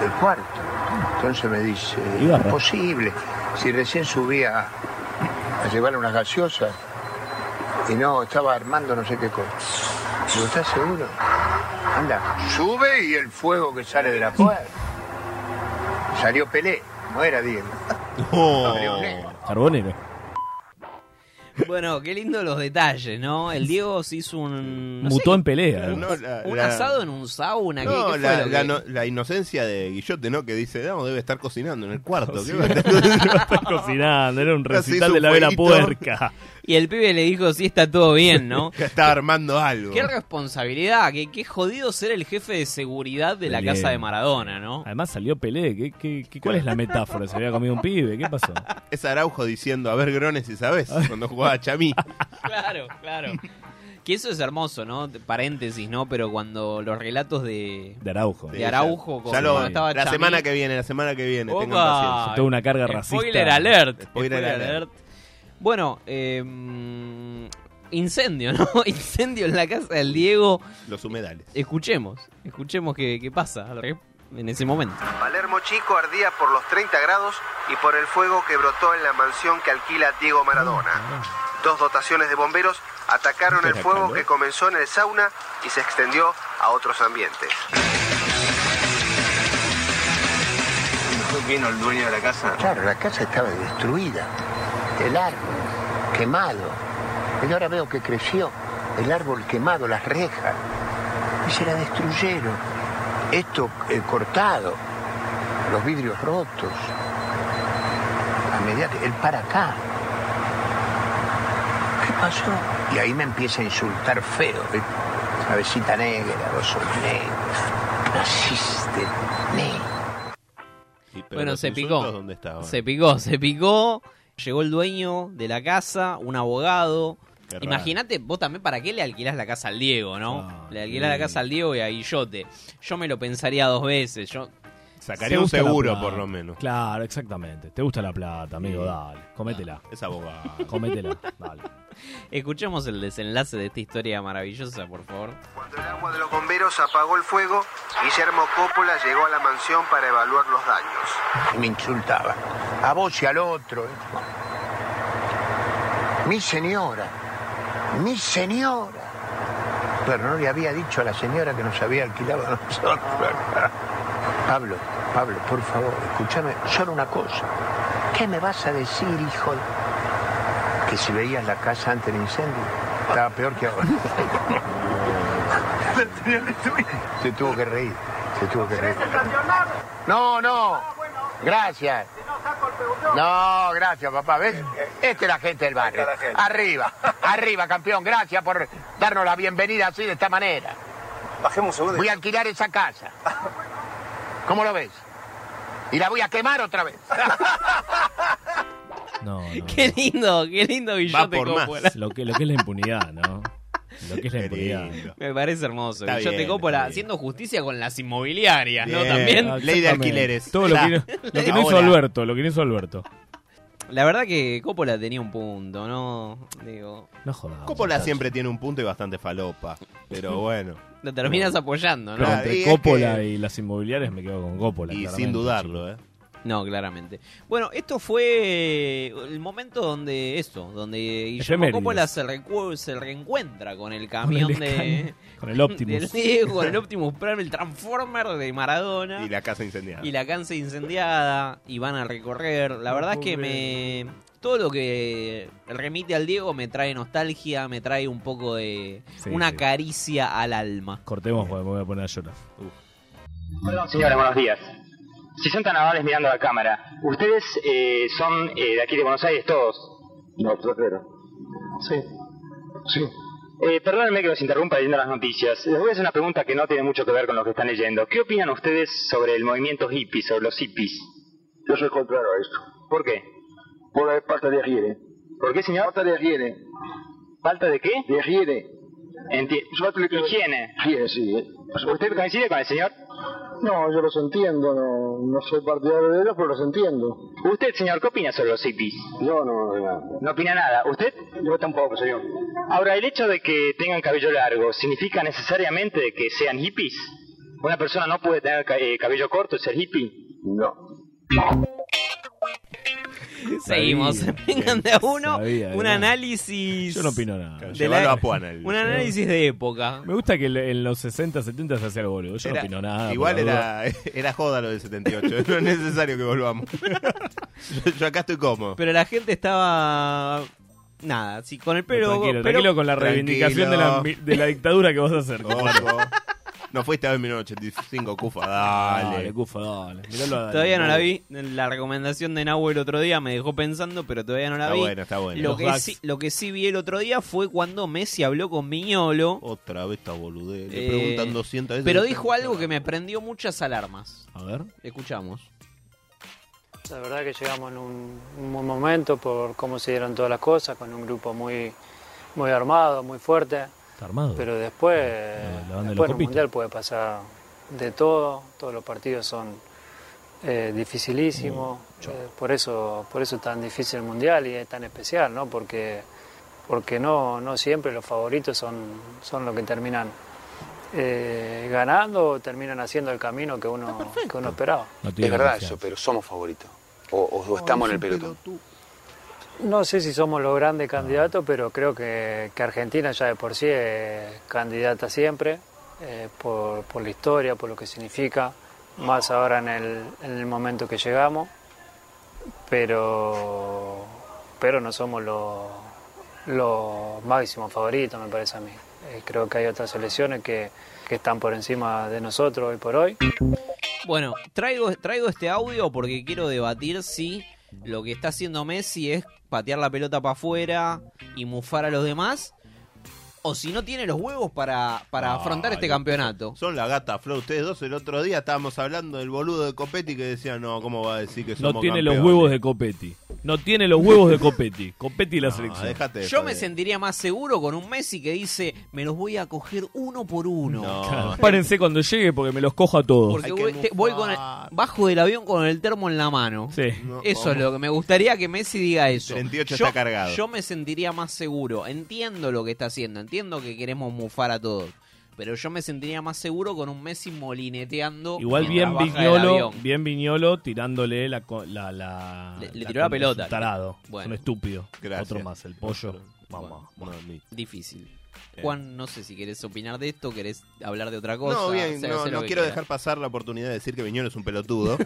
Speaker 7: del cuarto. Entonces me dice,
Speaker 8: Ibarra.
Speaker 7: imposible, si recién subía a, a llevar unas gaseosas y no, estaba armando no sé qué cosa. Digo, ¿estás seguro? Anda, sube y el fuego que sale de la puerta. Salió Pelé, no era Diego.
Speaker 1: Carbonero.
Speaker 2: Bueno, qué lindo los detalles, ¿no? El Diego se hizo un. no sé,
Speaker 1: Mutó en pelea.
Speaker 2: Un,
Speaker 1: No, la-
Speaker 2: un
Speaker 3: la-
Speaker 2: asado en un sauna. ¿qué-
Speaker 3: No,
Speaker 2: qué fue
Speaker 3: la,
Speaker 2: lo
Speaker 3: la
Speaker 2: que-
Speaker 3: no- la inocencia de Guillote, ¿no? Que dice, no, debe estar cocinando en el cuarto. ¿qué
Speaker 1: Cocina-
Speaker 3: va a [laughs] estar
Speaker 1: Está cocinando, era un
Speaker 3: Así
Speaker 1: recital
Speaker 3: su
Speaker 1: de la vela
Speaker 3: fueguito.
Speaker 1: puerca.
Speaker 2: Y el pibe le dijo, sí, está todo bien,
Speaker 3: [laughs]
Speaker 2: ¿no?
Speaker 3: que está armando algo.
Speaker 2: Qué responsabilidad, qué, qué jodido ser el jefe de seguridad de la
Speaker 1: Pelé.
Speaker 2: casa de Maradona, ¿no?
Speaker 1: Además salió Pelé. ¿Qué, qué- qué- cuál es la metáfora? ¿Se había comido un pibe? ¿Qué pasó?
Speaker 3: Es Araujo diciendo, a ver, Grones, si
Speaker 2: [laughs]
Speaker 3: sabes, cuando jugaba a Chamí.
Speaker 2: Claro, claro. Que eso es hermoso, ¿no? Paréntesis, ¿no? Pero cuando los relatos de,
Speaker 1: De Araujo.
Speaker 2: de Araujo,
Speaker 3: Ya lo-
Speaker 2: cuando estaba
Speaker 3: la
Speaker 2: Chamí-
Speaker 3: semana que viene, la semana que viene,
Speaker 2: Opa.
Speaker 3: tengan paciencia.
Speaker 1: Toda una carga racista.
Speaker 2: Spoiler alert.
Speaker 3: Spoiler alert.
Speaker 2: Bueno, eh, incendio, ¿no? [laughs] Incendio en la casa del Diego.
Speaker 3: Los humedales.
Speaker 2: Escuchemos, escuchemos qué, qué pasa al re- en ese momento.
Speaker 3: Ah,
Speaker 8: Palermo Chico ardía por los 30 grados y por el fuego que brotó en la mansión que alquila Diego Maradona. Dos dotaciones de bomberos atacaron el
Speaker 3: Espera,
Speaker 8: fuego
Speaker 3: calor.
Speaker 8: que comenzó en el sauna y se extendió a otros ambientes.
Speaker 7: vino el dueño de la casa? Claro, la casa estaba destruida. El árbol quemado. Y ahora veo que creció. El árbol quemado, las rejas. Y se la destruyeron. Esto eh, cortado. Los vidrios rotos. A medida que. Él para acá. ¿Qué pasó? Y ahí me empieza a insultar feo. ¿eh? Cabecita negra, vos sos negro. Naciste negro.
Speaker 3: Sí, pero
Speaker 2: Bueno,
Speaker 3: los
Speaker 2: se
Speaker 3: insultos,
Speaker 2: picó.
Speaker 3: ¿Dónde estaban?
Speaker 2: Se picó, se picó. Llegó el dueño de la casa, un abogado.
Speaker 3: Qué raro.
Speaker 2: Imagínate, vos también, ¿para qué le alquilás la casa al Diego, no?
Speaker 3: Ah,
Speaker 2: le alquilás la casa al Diego y a Guillote. Yo me lo pensaría dos veces. Yo
Speaker 3: Sacaría
Speaker 1: Te
Speaker 3: un
Speaker 1: gusta la
Speaker 3: seguro,
Speaker 1: plata.
Speaker 3: por lo menos.
Speaker 1: Claro, exactamente. Te gusta la plata, amigo,
Speaker 2: Sí.
Speaker 1: dale. Cométela.
Speaker 3: Es abogado.
Speaker 1: Cométela, dale.
Speaker 2: Escuchemos el desenlace de esta historia maravillosa, por favor.
Speaker 8: Uno de los bomberos apagó el fuego. Guillermo Coppola llegó a la mansión para evaluar los daños.
Speaker 7: y me insultaba. A vos y al otro. ¿eh? Mi señora, mi señora. Pero no le había dicho a la señora que nos había alquilado a nosotros. Pablo, Pablo, por favor, escúchame solo una cosa. ¿Qué me vas a decir, hijo? de- Que si veías la casa antes del incendio, estaba peor que ahora. Se tuvo que reír, se tuvo que reír. No, no. Gracias. No, gracias, papá. ¿Ves? Esta es la gente del barrio. Arriba, arriba, campeón. Gracias por darnos la bienvenida así, de esta manera. Bajemos segundo. Voy a alquilar esa casa. ¿Cómo lo ves? Y la voy a quemar otra vez.
Speaker 1: No, no.
Speaker 2: [laughs] Qué lindo, qué lindo Guillote Coppola.
Speaker 1: Lo que, lo que es la impunidad, ¿no? Lo que es la impunidad.
Speaker 2: Me parece hermoso.
Speaker 1: Está
Speaker 2: Guillote
Speaker 1: bien,
Speaker 2: Coppola haciendo justicia con las inmobiliarias, ¿no?
Speaker 1: Bien.
Speaker 2: También.
Speaker 1: Exactamente. Todo lo que, no- lo que no hizo
Speaker 2: Ahora.
Speaker 1: Alberto, lo que no hizo Alberto.
Speaker 2: La verdad que Coppola tenía un punto, ¿no? Digo,
Speaker 1: No jodas.
Speaker 3: Coppola siempre tiene un punto y bastante falopa. Pero
Speaker 2: [laughs]
Speaker 3: bueno.
Speaker 2: lo terminas apoyando, ¿no?
Speaker 1: Pero entre Coppola y las inmobiliarias me quedo con Coppola.
Speaker 3: Y
Speaker 1: claramente,
Speaker 3: sin dudarlo, ¿eh?
Speaker 2: No, claramente. Bueno, esto fue el momento donde esto, donde Guillermo
Speaker 1: Efemérides.
Speaker 2: Coppola se, recu- se reencuentra con el camión
Speaker 1: Con el
Speaker 2: de
Speaker 1: Con el Optimus.
Speaker 2: del Diego, con el Optimus Prime, el Transformer de Maradona
Speaker 3: Y la casa
Speaker 1: Ah.
Speaker 3: incendiada.
Speaker 2: y la cansa incendiada y van a recorrer. La verdad es que me todo lo que remite al Diego me trae nostalgia, me trae un poco de
Speaker 1: Sí,
Speaker 2: una
Speaker 1: sí.
Speaker 2: caricia al alma.
Speaker 1: Cortemos porque me voy a poner a llorar.
Speaker 14: Perdón, señora, buenos días. Si son tan amables mirando a la cámara, ustedes eh, son eh, de aquí de Buenos Aires todos. No, Sí. Sí. Eh, perdónenme que los interrumpa leyendo las noticias. Les voy a hacer una pregunta que no tiene mucho que ver con lo que están leyendo. ¿Qué opinan ustedes sobre el movimiento hippie, sobre los hippies? Yo soy contrario a esto. ¿Por qué? Por la falta de higiene. ¿Por qué, señor? Falta de higiene. ¿Falta de qué? De higiene. Higiene. Pues,
Speaker 15: Sí, sí.
Speaker 14: ¿Usted coincide con el señor?
Speaker 15: No, yo los entiendo, no, no soy partidario de ellos, pero los entiendo.
Speaker 14: ¿Usted, señor, qué opina sobre los hippies?
Speaker 15: Yo no, no,
Speaker 14: No opina nada. ¿Usted?
Speaker 15: yo tampoco, señor.
Speaker 14: Ahora, el hecho de que tengan cabello largo, ¿significa necesariamente que sean hippies? ¿Una persona no puede tener ca- eh, cabello corto y ser hippie? No.
Speaker 2: [laughs] Seguimos.
Speaker 1: Sabía,
Speaker 2: Vengan de a uno.
Speaker 1: sabía,
Speaker 2: un
Speaker 1: era.
Speaker 2: análisis.
Speaker 1: Yo no opino nada.
Speaker 2: de
Speaker 1: Llévalo
Speaker 2: [laughs] la-
Speaker 1: a Puana, el-
Speaker 2: Un análisis de época.
Speaker 1: Me gusta que en los 60, 70 se hacía el boludo. Yo
Speaker 3: Era-
Speaker 1: no opino nada.
Speaker 3: Igual
Speaker 1: por la duda.
Speaker 3: era,
Speaker 2: [laughs]
Speaker 3: era joda lo del 78. [laughs] no es [laughs] necesario que volvamos. yo, yo acá estoy cómodo.
Speaker 2: Pero la gente estaba Nada, sí, con el pelo.
Speaker 1: tranquilo,
Speaker 2: pero-
Speaker 1: tranquilo con la reivindicación de la,
Speaker 3: Tranquilo.
Speaker 1: de la dictadura que vas a hacer.
Speaker 3: Ojo. No fuiste a ver 1985, Cufa,
Speaker 2: Ah,
Speaker 3: dale.
Speaker 1: Dale, Cufa, dale. Miralo a Dani,
Speaker 2: Todavía no la
Speaker 1: dale.
Speaker 2: vi. La recomendación de Nahue el otro día me dejó pensando, pero todavía no la
Speaker 3: Está
Speaker 2: vi.
Speaker 3: buena, está buena.
Speaker 2: Lo
Speaker 3: Los
Speaker 2: que,
Speaker 3: gags.
Speaker 2: sí, lo que sí vi el otro día fue cuando Messi habló con Miñolo.
Speaker 3: Otra vez está boludez. Le preguntan 200 veces.
Speaker 2: Eh, Pero dijo algo que me prendió muchas alarmas.
Speaker 1: A ver.
Speaker 2: Escuchamos.
Speaker 16: La verdad que llegamos en un, un buen momento por cómo se dieron todas las cosas, con un grupo muy, muy armado, muy fuerte.
Speaker 1: Está armado.
Speaker 16: Pero después,
Speaker 1: la banda de
Speaker 16: después en
Speaker 1: los
Speaker 16: un
Speaker 1: copitos.
Speaker 16: mundial puede pasar de todo, todos los partidos son eh, dificilísimos,
Speaker 1: Mm,
Speaker 16: eh, por eso por eso es tan difícil el mundial y es tan especial, ¿no? Porque porque no no siempre los favoritos son son los que terminan eh, ganando o terminan haciendo el camino que uno que uno esperaba.
Speaker 17: es verdad eso, pero somos favoritos. O, o- o estamos en el pelotón.
Speaker 16: No sé si somos los grandes candidatos, pero creo que, que Argentina ya de por sí es candidata siempre, eh, por, por la historia, por lo que significa, más ahora en el, en el momento que llegamos, pero, pero no somos los, los máximos favoritos, me parece a mí. Eh, creo que hay otras selecciones que, que están por encima de nosotros hoy por hoy.
Speaker 2: Bueno, traigo, traigo este audio porque quiero debatir si lo que está haciendo Messi es patear la pelota para afuera y mufar a los demás. O si no tiene los huevos para, para afrontar este campeonato.
Speaker 3: Son la gata, Flo. Ustedes dos el otro día estábamos hablando del boludo de Copetti que decía, no, ¿cómo va a decir que somos
Speaker 1: No tiene
Speaker 3: campeones?
Speaker 1: los huevos de Copetti. No tiene los huevos de Copetti. Copetti y la selección.
Speaker 3: déjate
Speaker 2: Yo me sentiría más seguro con un Messi que dice, me los voy a coger uno por uno.
Speaker 1: Claro, Párense cuando llegue porque me los cojo a todos.
Speaker 2: Porque voy, te- voy con el- bajo del avión con el termo en la mano.
Speaker 1: Sí.
Speaker 2: eso es lo que me gustaría que Messi diga eso.
Speaker 3: 38
Speaker 2: yo,
Speaker 3: está cargado.
Speaker 2: Yo me sentiría más seguro. Entiendo lo que está haciendo, entiendo que queremos mufar a todos. Pero yo me sentiría más seguro con un Messi molineteando.
Speaker 1: Igual
Speaker 2: mientras
Speaker 1: bien
Speaker 2: baja del
Speaker 1: Viñolo,
Speaker 2: avión.
Speaker 1: bien Viñolo tirándole la... co- la, la-
Speaker 2: Le- le tiró la
Speaker 1: con-
Speaker 2: pelota.
Speaker 1: es un Tarado.
Speaker 2: Bueno.
Speaker 1: Es un estúpido.
Speaker 2: Gracias.
Speaker 1: Otro más, el pollo. Vamos.
Speaker 2: Difícil. Juan, no sé si querés opinar de esto, querés hablar de otra cosa.
Speaker 3: No, bien,
Speaker 2: o sea,
Speaker 3: no,
Speaker 2: hacé lo
Speaker 3: no
Speaker 2: que
Speaker 3: quiero
Speaker 2: quieras.
Speaker 3: dejar pasar la oportunidad de decir que Viñolo es un pelotudo.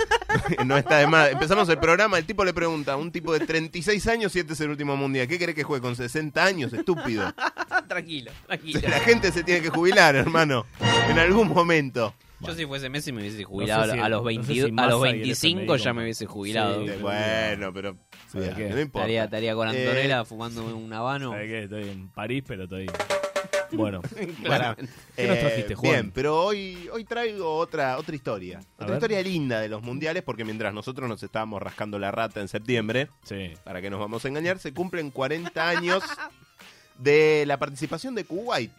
Speaker 3: [laughs] no está de más. Empezamos el programa, el tipo le pregunta, un tipo de 36 años si este es el último mundial. ¿Qué querés que juegue con 60 años, estúpido?
Speaker 2: Ah, tranquilo, tranquilo.
Speaker 3: La gente se tiene que jubilar, hermano, en algún momento.
Speaker 2: Yo si fuese Messi me hubiese jubilado
Speaker 3: si-
Speaker 2: a los,
Speaker 3: no sé
Speaker 2: 22
Speaker 3: si
Speaker 2: a
Speaker 3: Massa
Speaker 2: los
Speaker 3: y el
Speaker 2: 25
Speaker 3: FMI
Speaker 2: ya me
Speaker 3: como-
Speaker 2: hubiese jubilado.
Speaker 3: Sí, bueno, pero
Speaker 1: ¿Sabe qué?
Speaker 3: no importa.
Speaker 2: Estaría, estaría con
Speaker 3: Eh,
Speaker 2: Antonella fumándome un habano. [laughs]
Speaker 1: ¿Sabe qué? Estoy en París, pero estoy...
Speaker 3: [laughs]
Speaker 1: Bueno.
Speaker 3: Eh, Bueno,
Speaker 1: ¿Qué nos
Speaker 3: eh,
Speaker 1: trajiste, Juan?
Speaker 3: Bien, pero hoy, hoy traigo otra, otra historia. otra
Speaker 1: ver.
Speaker 3: historia linda de los mundiales, porque mientras nosotros nos estábamos rascando la rata en septiembre, para que nos vamos a engañar, se cumplen 40 años de la participación de Kuwait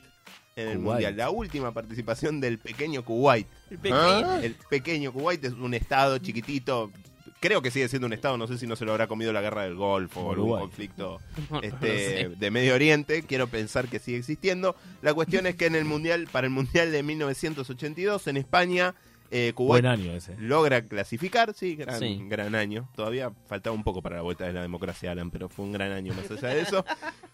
Speaker 3: en el
Speaker 1: Kuwait.
Speaker 3: mundial. La última participación del pequeño Kuwait.
Speaker 2: El pequeño.
Speaker 3: El pequeño Kuwait es un estado chiquitito. Creo que sigue siendo un estado, no sé si no se lo habrá comido la guerra del Golfo o algún
Speaker 1: Uruguay.
Speaker 3: conflicto
Speaker 1: [laughs] No, no
Speaker 3: este,
Speaker 1: sé.
Speaker 3: de Medio Oriente, quiero pensar que sigue existiendo. La cuestión es que en el mundial, para el mundial de 1982 en España, eh, Kuwait
Speaker 1: Buen año ese.
Speaker 3: logra clasificar, sí, gran,
Speaker 1: Sí.
Speaker 3: gran año. Todavía faltaba un poco para la vuelta de la democracia, Alan, pero fue un gran año más allá de
Speaker 1: [laughs]
Speaker 3: eso.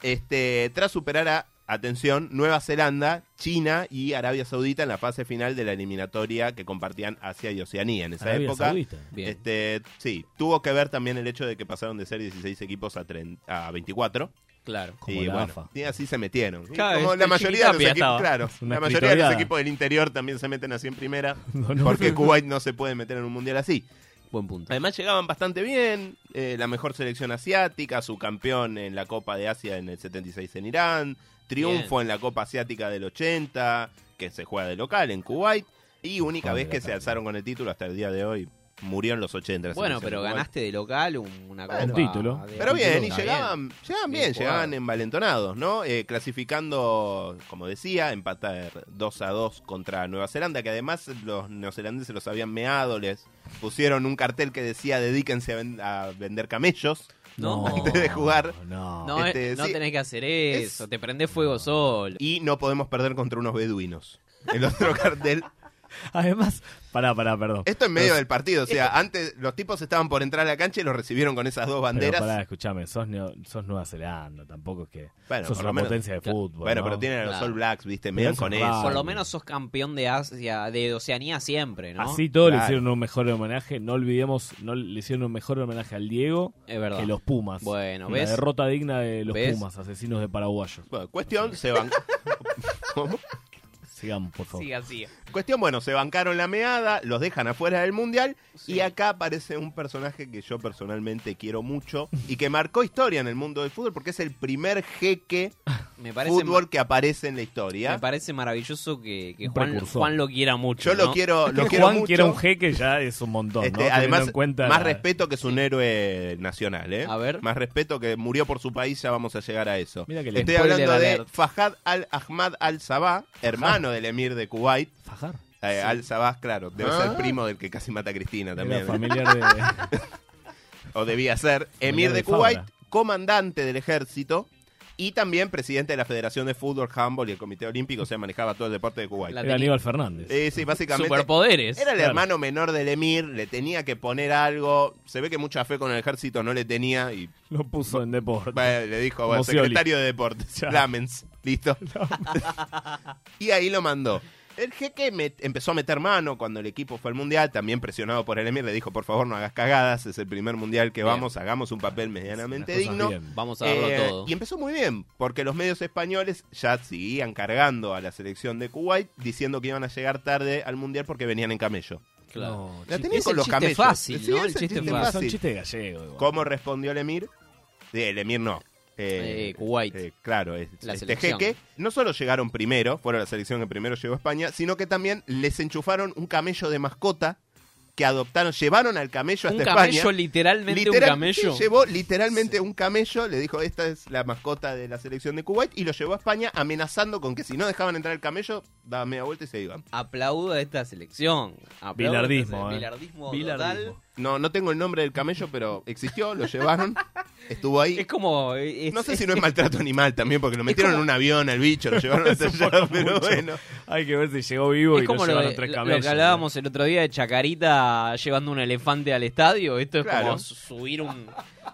Speaker 3: Este, tras superar a Atención, Nueva Zelanda, China y Arabia Saudita en la fase final de la eliminatoria que compartían Asia y Oceanía en esa
Speaker 1: Arabia
Speaker 3: época. [laughs]
Speaker 1: Saudita.
Speaker 2: Bien.
Speaker 3: Este, sí, tuvo que ver también el hecho de que pasaron de ser 16 equipos a, 30 a 24.
Speaker 2: Claro.
Speaker 1: Como
Speaker 3: y
Speaker 1: la
Speaker 3: bueno,
Speaker 1: AFA.
Speaker 3: y así se metieron. Y
Speaker 1: Claro,
Speaker 3: como
Speaker 1: este,
Speaker 3: la mayoría de los
Speaker 1: Chiquitapia
Speaker 3: equipos,
Speaker 1: estaba.
Speaker 3: claro,
Speaker 1: Una
Speaker 3: la mayoría de los
Speaker 1: escritoriada.
Speaker 3: equipos del interior también se meten así en primera,
Speaker 1: No,
Speaker 3: [laughs]
Speaker 1: no.
Speaker 3: porque Kuwait no se puede meter en un mundial así.
Speaker 2: Buen punto.
Speaker 3: Además llegaban bastante bien, eh, la mejor selección asiática, su campeón en la Copa de Asia en el 76 en Irán, triunfo en la Copa Asiática del 80, que se juega de local en Kuwait, y única vez que se alzaron con el título hasta el día de hoy, murió en los 80. la
Speaker 2: Bueno,
Speaker 3: selección
Speaker 2: pero
Speaker 3: de Kuwait.
Speaker 2: ganaste de local un- una copa.
Speaker 3: Bueno,
Speaker 2: de-
Speaker 3: Pero bien, y
Speaker 2: Está
Speaker 3: llegaban, llegaban bien,
Speaker 2: Bien jugado.
Speaker 3: llegaban envalentonados, ¿no? Eh, clasificando, como decía, empatar 2 a 2 contra Nueva Zelanda, que además los neozelandeses los habían meado, les pusieron un cartel que decía dedíquense a, ven- a vender camellos [laughs]
Speaker 2: No.
Speaker 3: antes de jugar.
Speaker 2: No, eh,
Speaker 3: Este,
Speaker 2: no
Speaker 3: sí,
Speaker 2: tenés que hacer eso, te prendés fuego solo.
Speaker 3: Y no podemos perder contra unos beduinos. El otro [laughs] cartel
Speaker 1: Además, pará, pará, perdón.
Speaker 3: Esto en medio del partido, o
Speaker 1: [laughs]
Speaker 3: sea, antes los tipos estaban por entrar a la cancha y los recibieron con esas dos banderas.
Speaker 1: Pero pará, escúchame, sos, neo- sos Nueva Zelanda, tampoco es que
Speaker 3: Bueno,
Speaker 1: sos
Speaker 3: por
Speaker 1: una
Speaker 3: lo menos-
Speaker 1: potencia de
Speaker 3: claro.
Speaker 1: fútbol.
Speaker 3: Bueno,
Speaker 1: ¿no?
Speaker 3: pero tienen a los
Speaker 1: Claro.
Speaker 3: All Blacks, viste,
Speaker 1: Pero
Speaker 3: medio
Speaker 1: eso
Speaker 3: con
Speaker 1: es
Speaker 3: eso.
Speaker 1: raro.
Speaker 2: Por lo menos sos campeón de Asia, de Oceanía siempre, ¿no?
Speaker 1: Así todo le
Speaker 2: Claro.
Speaker 1: hicieron un mejor homenaje, no olvidemos, no le hicieron un mejor homenaje al Diego
Speaker 2: Es verdad.
Speaker 1: que los Pumas.
Speaker 2: Bueno,
Speaker 1: Una
Speaker 2: ¿ves?
Speaker 1: derrota digna de los
Speaker 2: ¿Ves?
Speaker 1: Pumas, asesinos de paraguayo.
Speaker 3: Bueno, cuestión, se
Speaker 1: [laughs]
Speaker 3: van. ¿Cómo?
Speaker 1: Sigamos, por favor.
Speaker 2: Siga, siga.
Speaker 3: Cuestión, bueno, se bancaron la meada, los dejan afuera del mundial y acá aparece un personaje que yo personalmente quiero mucho y que marcó historia en el mundo del fútbol porque es el primer jeque
Speaker 2: Me parece
Speaker 3: fútbol que aparece en la
Speaker 2: Me
Speaker 3: historia.
Speaker 2: parece maravilloso que, que
Speaker 1: Un
Speaker 2: Juan,
Speaker 1: precursor.
Speaker 2: Juan lo quiera mucho.
Speaker 3: Yo lo
Speaker 2: ¿no?
Speaker 3: quiero, lo
Speaker 1: Que
Speaker 3: quiero
Speaker 1: Juan
Speaker 3: mucho.
Speaker 1: quiera un jeque ya es un montón,
Speaker 3: Este,
Speaker 1: ¿no? Teniendo
Speaker 3: además,
Speaker 1: en cuenta
Speaker 3: más
Speaker 1: la-
Speaker 3: respeto que es un héroe nacional, ¿eh? A ver. Más respeto que murió por su país, ya vamos a llegar a eso.
Speaker 1: Mira que lindo.
Speaker 3: Estoy
Speaker 1: Spoiler
Speaker 3: hablando de
Speaker 1: alert.
Speaker 3: Fajad al-Ahmad al-Sabah, hermano del emir de Kuwait.
Speaker 1: Fajar.
Speaker 3: Eh, Al-Sabah, claro, debe
Speaker 1: Ah.
Speaker 3: ser primo del que casi mata a Cristina también. ¿eh?
Speaker 1: Era familiar
Speaker 2: [laughs]
Speaker 1: de-
Speaker 3: o debía ser emir
Speaker 1: Familiar
Speaker 3: de
Speaker 1: de
Speaker 3: Kuwait,
Speaker 1: Fabra.
Speaker 3: comandante del ejército y también presidente de la Federación de Fútbol, Handball y el Comité Olímpico, o sea, manejaba todo el deporte de Kuwait.
Speaker 1: Era Aníbal Fernández.
Speaker 3: Eh, sí, básicamente.
Speaker 2: Superpoderes.
Speaker 3: Era el
Speaker 2: Claro.
Speaker 3: hermano menor del emir, le tenía que poner algo. Se ve que mucha fe con el ejército no le tenía y
Speaker 1: Lo puso en deporte.
Speaker 3: bueno, le dijo, bueno,
Speaker 1: Mocioli.
Speaker 3: secretario de deportes,
Speaker 1: Ya.
Speaker 3: Lamens, listo.
Speaker 2: [laughs]
Speaker 3: [laughs] y ahí lo mandó. El jeque me- empezó a meter mano cuando el equipo fue al mundial, también presionado por el Emir, le dijo, por favor no hagas cagadas, es el primer mundial que
Speaker 2: Bien.
Speaker 3: vamos, hagamos un papel medianamente
Speaker 2: Las cosas
Speaker 3: digno. Eh,
Speaker 2: bien. Vamos a darlo todo.
Speaker 3: Y empezó muy bien, porque los medios españoles ya seguían cargando a la selección de Kuwait, diciendo que iban a llegar tarde al mundial porque venían en camello.
Speaker 2: Claro.
Speaker 3: La tenían
Speaker 2: Es
Speaker 3: con
Speaker 2: el
Speaker 3: los
Speaker 2: chiste
Speaker 3: camellos.
Speaker 2: fácil,
Speaker 3: Sí,
Speaker 2: ¿no?
Speaker 3: es
Speaker 2: El chiste fácil.
Speaker 1: Son chistes gallegos, igual. [laughs]
Speaker 3: ¿Cómo respondió el Emir? Sí, el Emir no. Eh,
Speaker 2: Eh, Kuwait.
Speaker 3: eh, claro, es,
Speaker 2: La
Speaker 3: este
Speaker 2: selección.
Speaker 3: jeque. No solo llegaron primero, fueron la selección que primero llegó a España, sino que también les enchufaron un camello de mascota que adoptaron, llevaron al camello
Speaker 2: Un
Speaker 3: hasta
Speaker 2: camello,
Speaker 3: España.
Speaker 2: literalmente un
Speaker 3: Literal-
Speaker 2: camello.
Speaker 3: sí, llevó literalmente un camello, le dijo, esta es la mascota de la selección de Kuwait, y lo llevó a España amenazando con que si no dejaban entrar el camello, daba media vuelta y se iban.
Speaker 2: Aplaudo a esta selección. Aplaudo a esta
Speaker 3: Bilardismo,
Speaker 2: selección.
Speaker 3: eh.
Speaker 2: Bilardismo
Speaker 3: Bilardismo.
Speaker 2: total.
Speaker 3: No, no tengo el nombre del camello, pero existió, lo
Speaker 2: [laughs]
Speaker 3: llevaron, estuvo ahí.
Speaker 2: Es como... eh, es-
Speaker 3: No sé si no es maltrato animal también, porque lo metieron en un avión al bicho, lo
Speaker 1: [laughs]
Speaker 3: llevaron hasta
Speaker 1: Eso
Speaker 3: allá,
Speaker 1: fue
Speaker 3: pero
Speaker 1: mucho.
Speaker 3: bueno.
Speaker 1: Hay que ver si llegó vivo
Speaker 2: Es
Speaker 1: y
Speaker 2: como
Speaker 1: no
Speaker 2: lo,
Speaker 1: llevaron
Speaker 2: de-
Speaker 1: tres
Speaker 2: lo
Speaker 1: camellos.
Speaker 2: que hablábamos el otro día de Chacarita llevando un elefante al estadio. Esto es
Speaker 3: Claro.
Speaker 2: como subir un...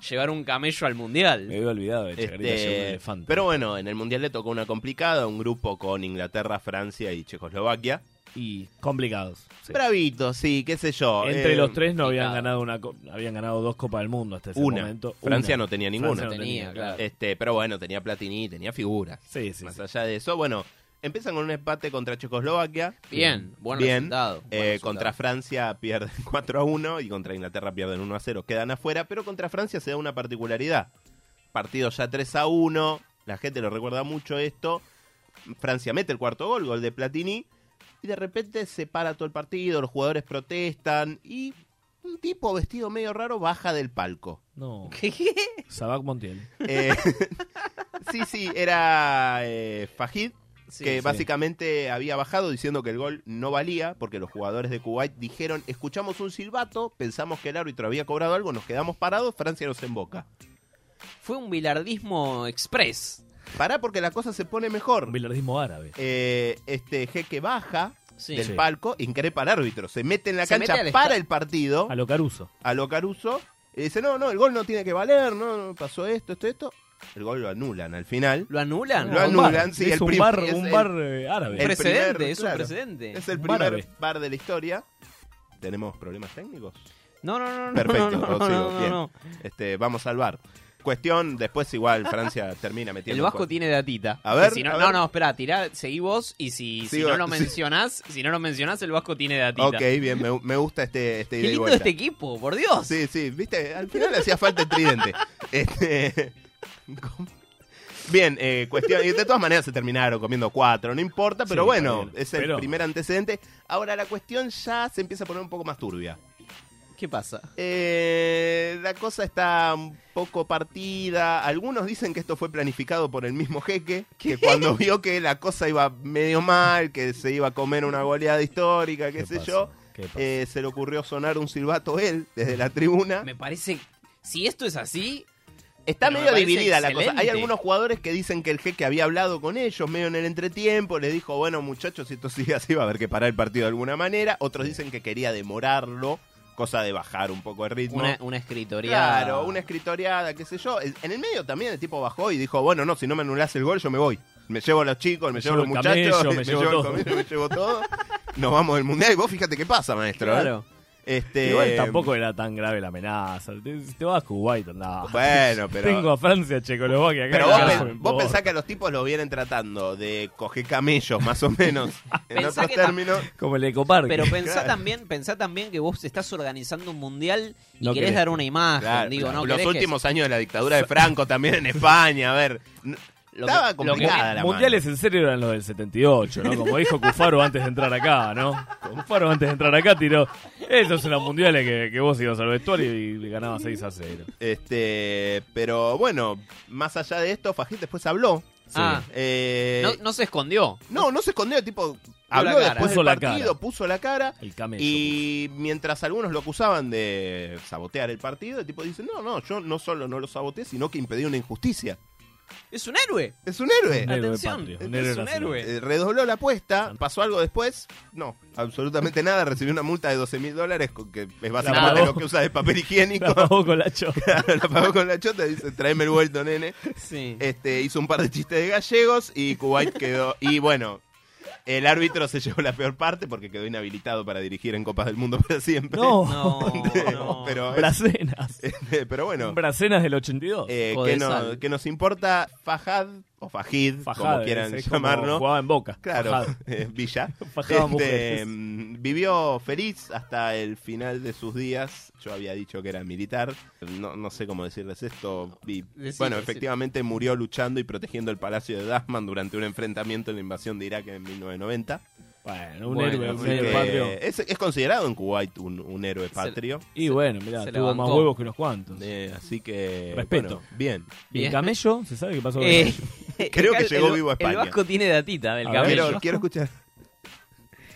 Speaker 2: llevar un camello al mundial. Me
Speaker 1: había olvidado de
Speaker 2: Chacarita
Speaker 3: Este, pero bueno, en el Mundial le tocó una complicada, un grupo con Inglaterra, Francia y Checoslovaquia.
Speaker 1: Y complicados. sí.
Speaker 3: Bravitos, sí, qué sé yo.
Speaker 1: Entre
Speaker 3: eh,
Speaker 1: los tres no habían ganado una co- habían ganado dos Copas del Mundo hasta ese
Speaker 3: una.
Speaker 1: momento.
Speaker 3: Francia
Speaker 1: Una.
Speaker 3: no tenía
Speaker 1: Francia
Speaker 3: ninguna.
Speaker 1: no tenía, claro.
Speaker 3: Este, pero bueno, tenía Platini, tenía figuras. Más allá de eso, bueno, empiezan con un empate contra Checoslovaquia.
Speaker 2: Bien, buen
Speaker 3: Bien.
Speaker 2: resultado,
Speaker 3: Eh,
Speaker 2: buen resultado.
Speaker 3: Contra Francia pierden [laughs] 4 a 1 y contra Inglaterra pierden 1 a 0. Quedan afuera, pero contra Francia se da una particularidad. Partido ya 3 a 1, la gente lo recuerda mucho esto. Francia mete el cuarto gol, gol de Platini, y de repente se para todo el partido, los jugadores protestan y un tipo vestido medio raro baja del palco.
Speaker 1: No.
Speaker 2: ¿Qué?
Speaker 1: Sabac Montiel.
Speaker 3: Eh, [laughs] sí, sí, era eh, Fajid,
Speaker 1: Sí,
Speaker 3: que
Speaker 1: sí.
Speaker 3: básicamente había bajado diciendo que el gol no valía, porque los jugadores de Kuwait dijeron, escuchamos un silbato, pensamos que el árbitro había cobrado algo, nos quedamos parados, Francia nos emboca.
Speaker 2: Fue un bilardismo express.
Speaker 3: Pará porque la cosa se pone mejor.
Speaker 1: Bilardismo árabe.
Speaker 3: Eh, este jeque baja
Speaker 2: Sí.
Speaker 3: del
Speaker 2: Sí.
Speaker 3: palco, increpa al árbitro, se mete en la
Speaker 2: Se
Speaker 3: cancha
Speaker 2: mete al
Speaker 3: para
Speaker 2: esta-
Speaker 3: el partido,
Speaker 1: A lo Caruso.
Speaker 3: a lo Caruso, y dice, no, no, el gol no tiene que valer, no, no, pasó esto, esto, esto. El gol lo anulan al final.
Speaker 2: ¿Lo anulan?
Speaker 3: Ah, Lo
Speaker 2: Un bar.
Speaker 3: anulan, sí.
Speaker 1: Es
Speaker 3: el
Speaker 1: un
Speaker 3: prim-
Speaker 1: bar-
Speaker 3: es
Speaker 1: un
Speaker 3: el-
Speaker 1: bar, eh, árabe.
Speaker 3: el
Speaker 2: Precedente, es un
Speaker 3: claro,
Speaker 2: precedente.
Speaker 3: Es el
Speaker 1: Un
Speaker 3: primer
Speaker 1: árabe.
Speaker 3: bar de la historia. ¿Tenemos problemas técnicos?
Speaker 2: No, no, no, no.
Speaker 3: Perfecto,
Speaker 2: no, no,
Speaker 3: oh,
Speaker 2: no,
Speaker 3: sigo,
Speaker 2: no, no,
Speaker 3: bien.
Speaker 2: no.
Speaker 3: Este, vamos al bar. Cuestión, después igual
Speaker 2: [laughs]
Speaker 3: Francia termina metiendo...
Speaker 2: El
Speaker 3: un
Speaker 2: Vasco
Speaker 3: gol.
Speaker 2: tiene datita.
Speaker 3: A ver,
Speaker 2: Que si no,
Speaker 3: a
Speaker 2: no,
Speaker 3: ver.
Speaker 2: no, espera, tirá, seguí vos y si, si
Speaker 3: Sigo,
Speaker 2: no lo
Speaker 3: sí.
Speaker 2: mencionás, si no lo mencionás, el Vasco tiene datita.
Speaker 3: Ok, bien, me, me gusta este, este
Speaker 2: Qué
Speaker 3: ida y
Speaker 2: lindo
Speaker 3: vuelta.
Speaker 2: este equipo, por Dios.
Speaker 3: Sí, sí, viste, al final hacía falta el
Speaker 2: [laughs]
Speaker 3: tridente. Este, ¿cómo? Bien, eh, cuestión. y de todas maneras se terminaron comiendo cuatro, no importa, pero
Speaker 1: Sí,
Speaker 3: bueno,
Speaker 1: está bien,
Speaker 3: es el
Speaker 1: pero-
Speaker 3: primer antecedente. Ahora la cuestión ya se empieza a poner un poco más turbia.
Speaker 2: ¿Qué pasa?
Speaker 3: Eh, la cosa está un poco partida. Algunos dicen que esto fue planificado por el mismo jeque, que cuando vio que la cosa iba medio mal, que se iba a comer una goleada histórica, qué, sé
Speaker 1: pasa?
Speaker 3: yo,
Speaker 1: ¿Qué pasa?
Speaker 3: eh, se le ocurrió sonar un silbato él desde la tribuna.
Speaker 2: Me parece. Si esto es así,
Speaker 3: Está
Speaker 2: Pero me
Speaker 3: medio
Speaker 2: parece
Speaker 3: dividida la cosa.
Speaker 2: excelente.
Speaker 3: Hay algunos jugadores que dicen que el jeque había hablado con ellos medio en el entretiempo, les dijo, bueno muchachos, si esto sigue así va a haber que parar el partido de alguna manera. Otros dicen que quería demorarlo, cosa de bajar un poco el ritmo.
Speaker 2: Una, una escritoría.
Speaker 3: Claro, una escritoriada, qué sé yo. El- En el medio también el tipo bajó y dijo, bueno, no, si no me anulás el gol, yo me voy. Me llevo a los chicos, me, llevo a los
Speaker 1: llevo el
Speaker 3: muchachos,
Speaker 1: camello, me
Speaker 3: me
Speaker 1: llevo
Speaker 3: llevo el
Speaker 1: todo.
Speaker 3: camello, me llevo todo. Nos vamos del mundial y vos fíjate qué pasa, maestro. ¿eh?
Speaker 1: Claro.
Speaker 3: Este,
Speaker 1: Igual tampoco era tan grave la amenaza. Te, si te vas a Kuwait, andá. [laughs]
Speaker 3: Bueno, pero-
Speaker 1: Tengo a Francia, Checoslovaquia, acá.
Speaker 3: Pero vos,
Speaker 1: acá
Speaker 3: pe-
Speaker 1: no me
Speaker 3: vos
Speaker 1: importa.
Speaker 3: pensás que a los tipos los vienen tratando de coger camellos, más o
Speaker 1: [laughs]
Speaker 3: menos, en
Speaker 2: Pensá
Speaker 3: otros
Speaker 2: que
Speaker 3: términos.
Speaker 1: Como el ecoparque.
Speaker 2: Pero pensá
Speaker 3: Claro.
Speaker 2: también, pensá también que vos estás organizando un mundial y
Speaker 3: No
Speaker 2: querés,
Speaker 3: querés.
Speaker 2: dar una imagen,
Speaker 3: Claro,
Speaker 2: Ah, digo,
Speaker 3: claro.
Speaker 2: no
Speaker 3: Los
Speaker 2: querés que-
Speaker 3: últimos años de la dictadura de Franco también en España, a ver. n-
Speaker 2: Lo
Speaker 3: estaba
Speaker 2: que- lo que-
Speaker 3: complicada la mano.
Speaker 1: Mundiales en serio eran los del 78, ¿no? Como dijo Cufaro antes de entrar acá, ¿no? Cufaro antes de entrar acá tiró. Esos eran mundiales que, que vos ibas al vestuario y le ganabas 6 a 0.
Speaker 3: Este, pero bueno, más allá de esto, Fajín después habló.
Speaker 2: Ah.
Speaker 3: Eh,
Speaker 2: no, no se escondió.
Speaker 3: no, no se escondió, el tipo
Speaker 2: la
Speaker 3: habló
Speaker 2: cara.
Speaker 3: después
Speaker 1: Puso
Speaker 3: del
Speaker 1: la
Speaker 3: partido,
Speaker 1: cara.
Speaker 3: puso la cara.
Speaker 1: El camello. [laughs]
Speaker 3: Y mientras algunos lo acusaban de sabotear el partido, el tipo dice, no, no, yo no solo no lo saboteé, sino que impedí una injusticia.
Speaker 2: Es un héroe.
Speaker 3: Es un héroe.
Speaker 1: Un héroe
Speaker 2: Atención,
Speaker 1: patrio,
Speaker 2: es
Speaker 1: un héroe
Speaker 2: un
Speaker 1: nacional.
Speaker 2: héroe.
Speaker 3: Eh, redobló la apuesta, pasó algo después, no, absolutamente nada, recibió una multa de 12 mil dólares, con- que es básicamente
Speaker 1: pagó.
Speaker 3: lo que usa de papel higiénico.
Speaker 1: La pagó con la chota.
Speaker 3: Claro, [laughs] la pagó con la chota, dice, tráeme el vuelto, nene.
Speaker 2: Sí.
Speaker 3: Este, hizo un par de chistes de gallegos y Kuwait quedó. Y bueno, el árbitro se llevó la peor parte porque quedó inhabilitado para dirigir en Copas del Mundo para siempre.
Speaker 1: No.
Speaker 2: No, no.
Speaker 3: [laughs] Pero,
Speaker 1: Bracenas.
Speaker 3: este, pero bueno,
Speaker 1: Bracenas del 82.
Speaker 3: eh, que,
Speaker 1: Codesal.
Speaker 3: no- que nos importa Fajad o Fajid, como
Speaker 1: Fajad,
Speaker 3: quieran
Speaker 1: es como
Speaker 3: llamarlo.
Speaker 1: Jugaba en Boca.
Speaker 3: Claro, [laughs]
Speaker 1: Fajad.
Speaker 3: eh, Villa.
Speaker 1: Fajaba
Speaker 3: Este,
Speaker 1: mujeres.
Speaker 3: mm, vivió feliz hasta el final de sus días. Yo había dicho que era militar. No, no sé cómo decirles esto. Y,
Speaker 2: Decí,
Speaker 3: bueno,
Speaker 2: decí.
Speaker 3: efectivamente murió luchando y protegiendo el palacio de Dasman durante un enfrentamiento en la invasión de Irak en 1990.
Speaker 1: Bueno, un
Speaker 2: Bueno,
Speaker 1: héroe,
Speaker 3: Así
Speaker 1: un héroe
Speaker 3: que
Speaker 1: patrio.
Speaker 3: es, es considerado en Kuwait un, un héroe patrio.
Speaker 1: Y bueno, mirá,
Speaker 2: se la
Speaker 1: tuvo más
Speaker 2: bancó.
Speaker 1: huevos que unos cuantos.
Speaker 3: Eh, así que.
Speaker 1: Respeto.
Speaker 3: bueno, bien.
Speaker 1: ¿Y
Speaker 2: Bien.
Speaker 1: el camello? ¿Se sabe qué pasó con el
Speaker 2: Eh,
Speaker 1: camello?
Speaker 3: [laughs] Creo que
Speaker 2: el-
Speaker 3: llegó
Speaker 2: el-
Speaker 3: vivo a España.
Speaker 2: El Vasco tiene datita del
Speaker 1: A ver.
Speaker 2: camello.
Speaker 3: Quiero, quiero escuchar. [laughs]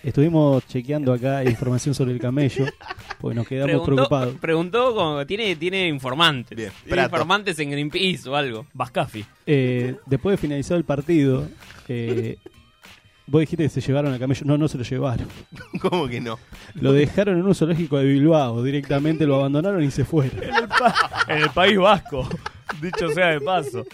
Speaker 11: Estuvimos chequeando acá información sobre el camello, pues nos quedamos preocupados.
Speaker 2: Preguntó, preguntó como- tiene, tiene informantes.
Speaker 3: Bien,
Speaker 2: Tiene
Speaker 3: Prato.
Speaker 2: informantes en Greenpeace o algo.
Speaker 1: Vascafi.
Speaker 11: Eh, después de finalizado el partido, eh, vos dijiste que se llevaron al camello. No, no se lo llevaron.
Speaker 3: ¿Cómo que no?
Speaker 11: Lo dejaron en un zoológico de Bilbao, directamente lo abandonaron y se fueron.
Speaker 1: En el, pa- en el País Vasco. [laughs] Dicho sea de paso.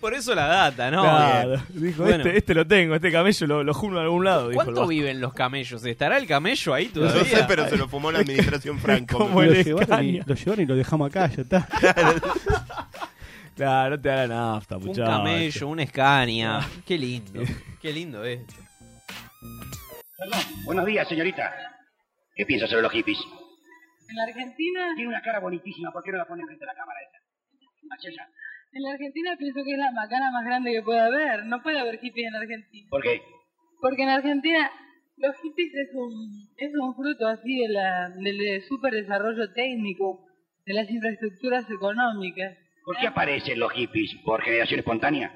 Speaker 2: Por eso la data, ¿no?
Speaker 1: claro.
Speaker 2: Bien.
Speaker 1: Dijo,
Speaker 2: Bueno,
Speaker 1: este, este lo tengo, este camello lo, lo juno a algún lado. Dijo el
Speaker 2: ¿Cuánto
Speaker 1: Vasco.
Speaker 2: viven los camellos? ¿Estará el camello ahí
Speaker 3: No
Speaker 2: todavía?
Speaker 3: sé, pero se lo fumó
Speaker 1: [laughs]
Speaker 3: la administración Franco.
Speaker 1: Como
Speaker 11: lo,
Speaker 1: el
Speaker 11: llevaron y,
Speaker 1: Escaña.
Speaker 11: lo llevaron y lo dejamos acá, ya
Speaker 1: [laughs]
Speaker 11: está.
Speaker 1: Claro, no te hagan nafta,
Speaker 2: Un
Speaker 1: muchacho. este.
Speaker 2: camello, una escaña. Qué lindo. Qué lindo esto.
Speaker 9: Buenos días, señorita. ¿Qué piensa sobre los hippies?
Speaker 18: En la Argentina,
Speaker 9: Tiene una cara bonitísima, ¿por qué no la pone frente a la cámara esa? Hacia allá.
Speaker 18: en la Argentina pienso que es la macana más grande que puede haber. No puede haber hippies en la Argentina.
Speaker 9: ¿Por qué?
Speaker 18: Porque en Argentina los hippies es un, es un fruto así de la, del super desarrollo técnico, de las infraestructuras económicas.
Speaker 9: ¿Por qué aparecen los hippies? ¿Por generación espontánea?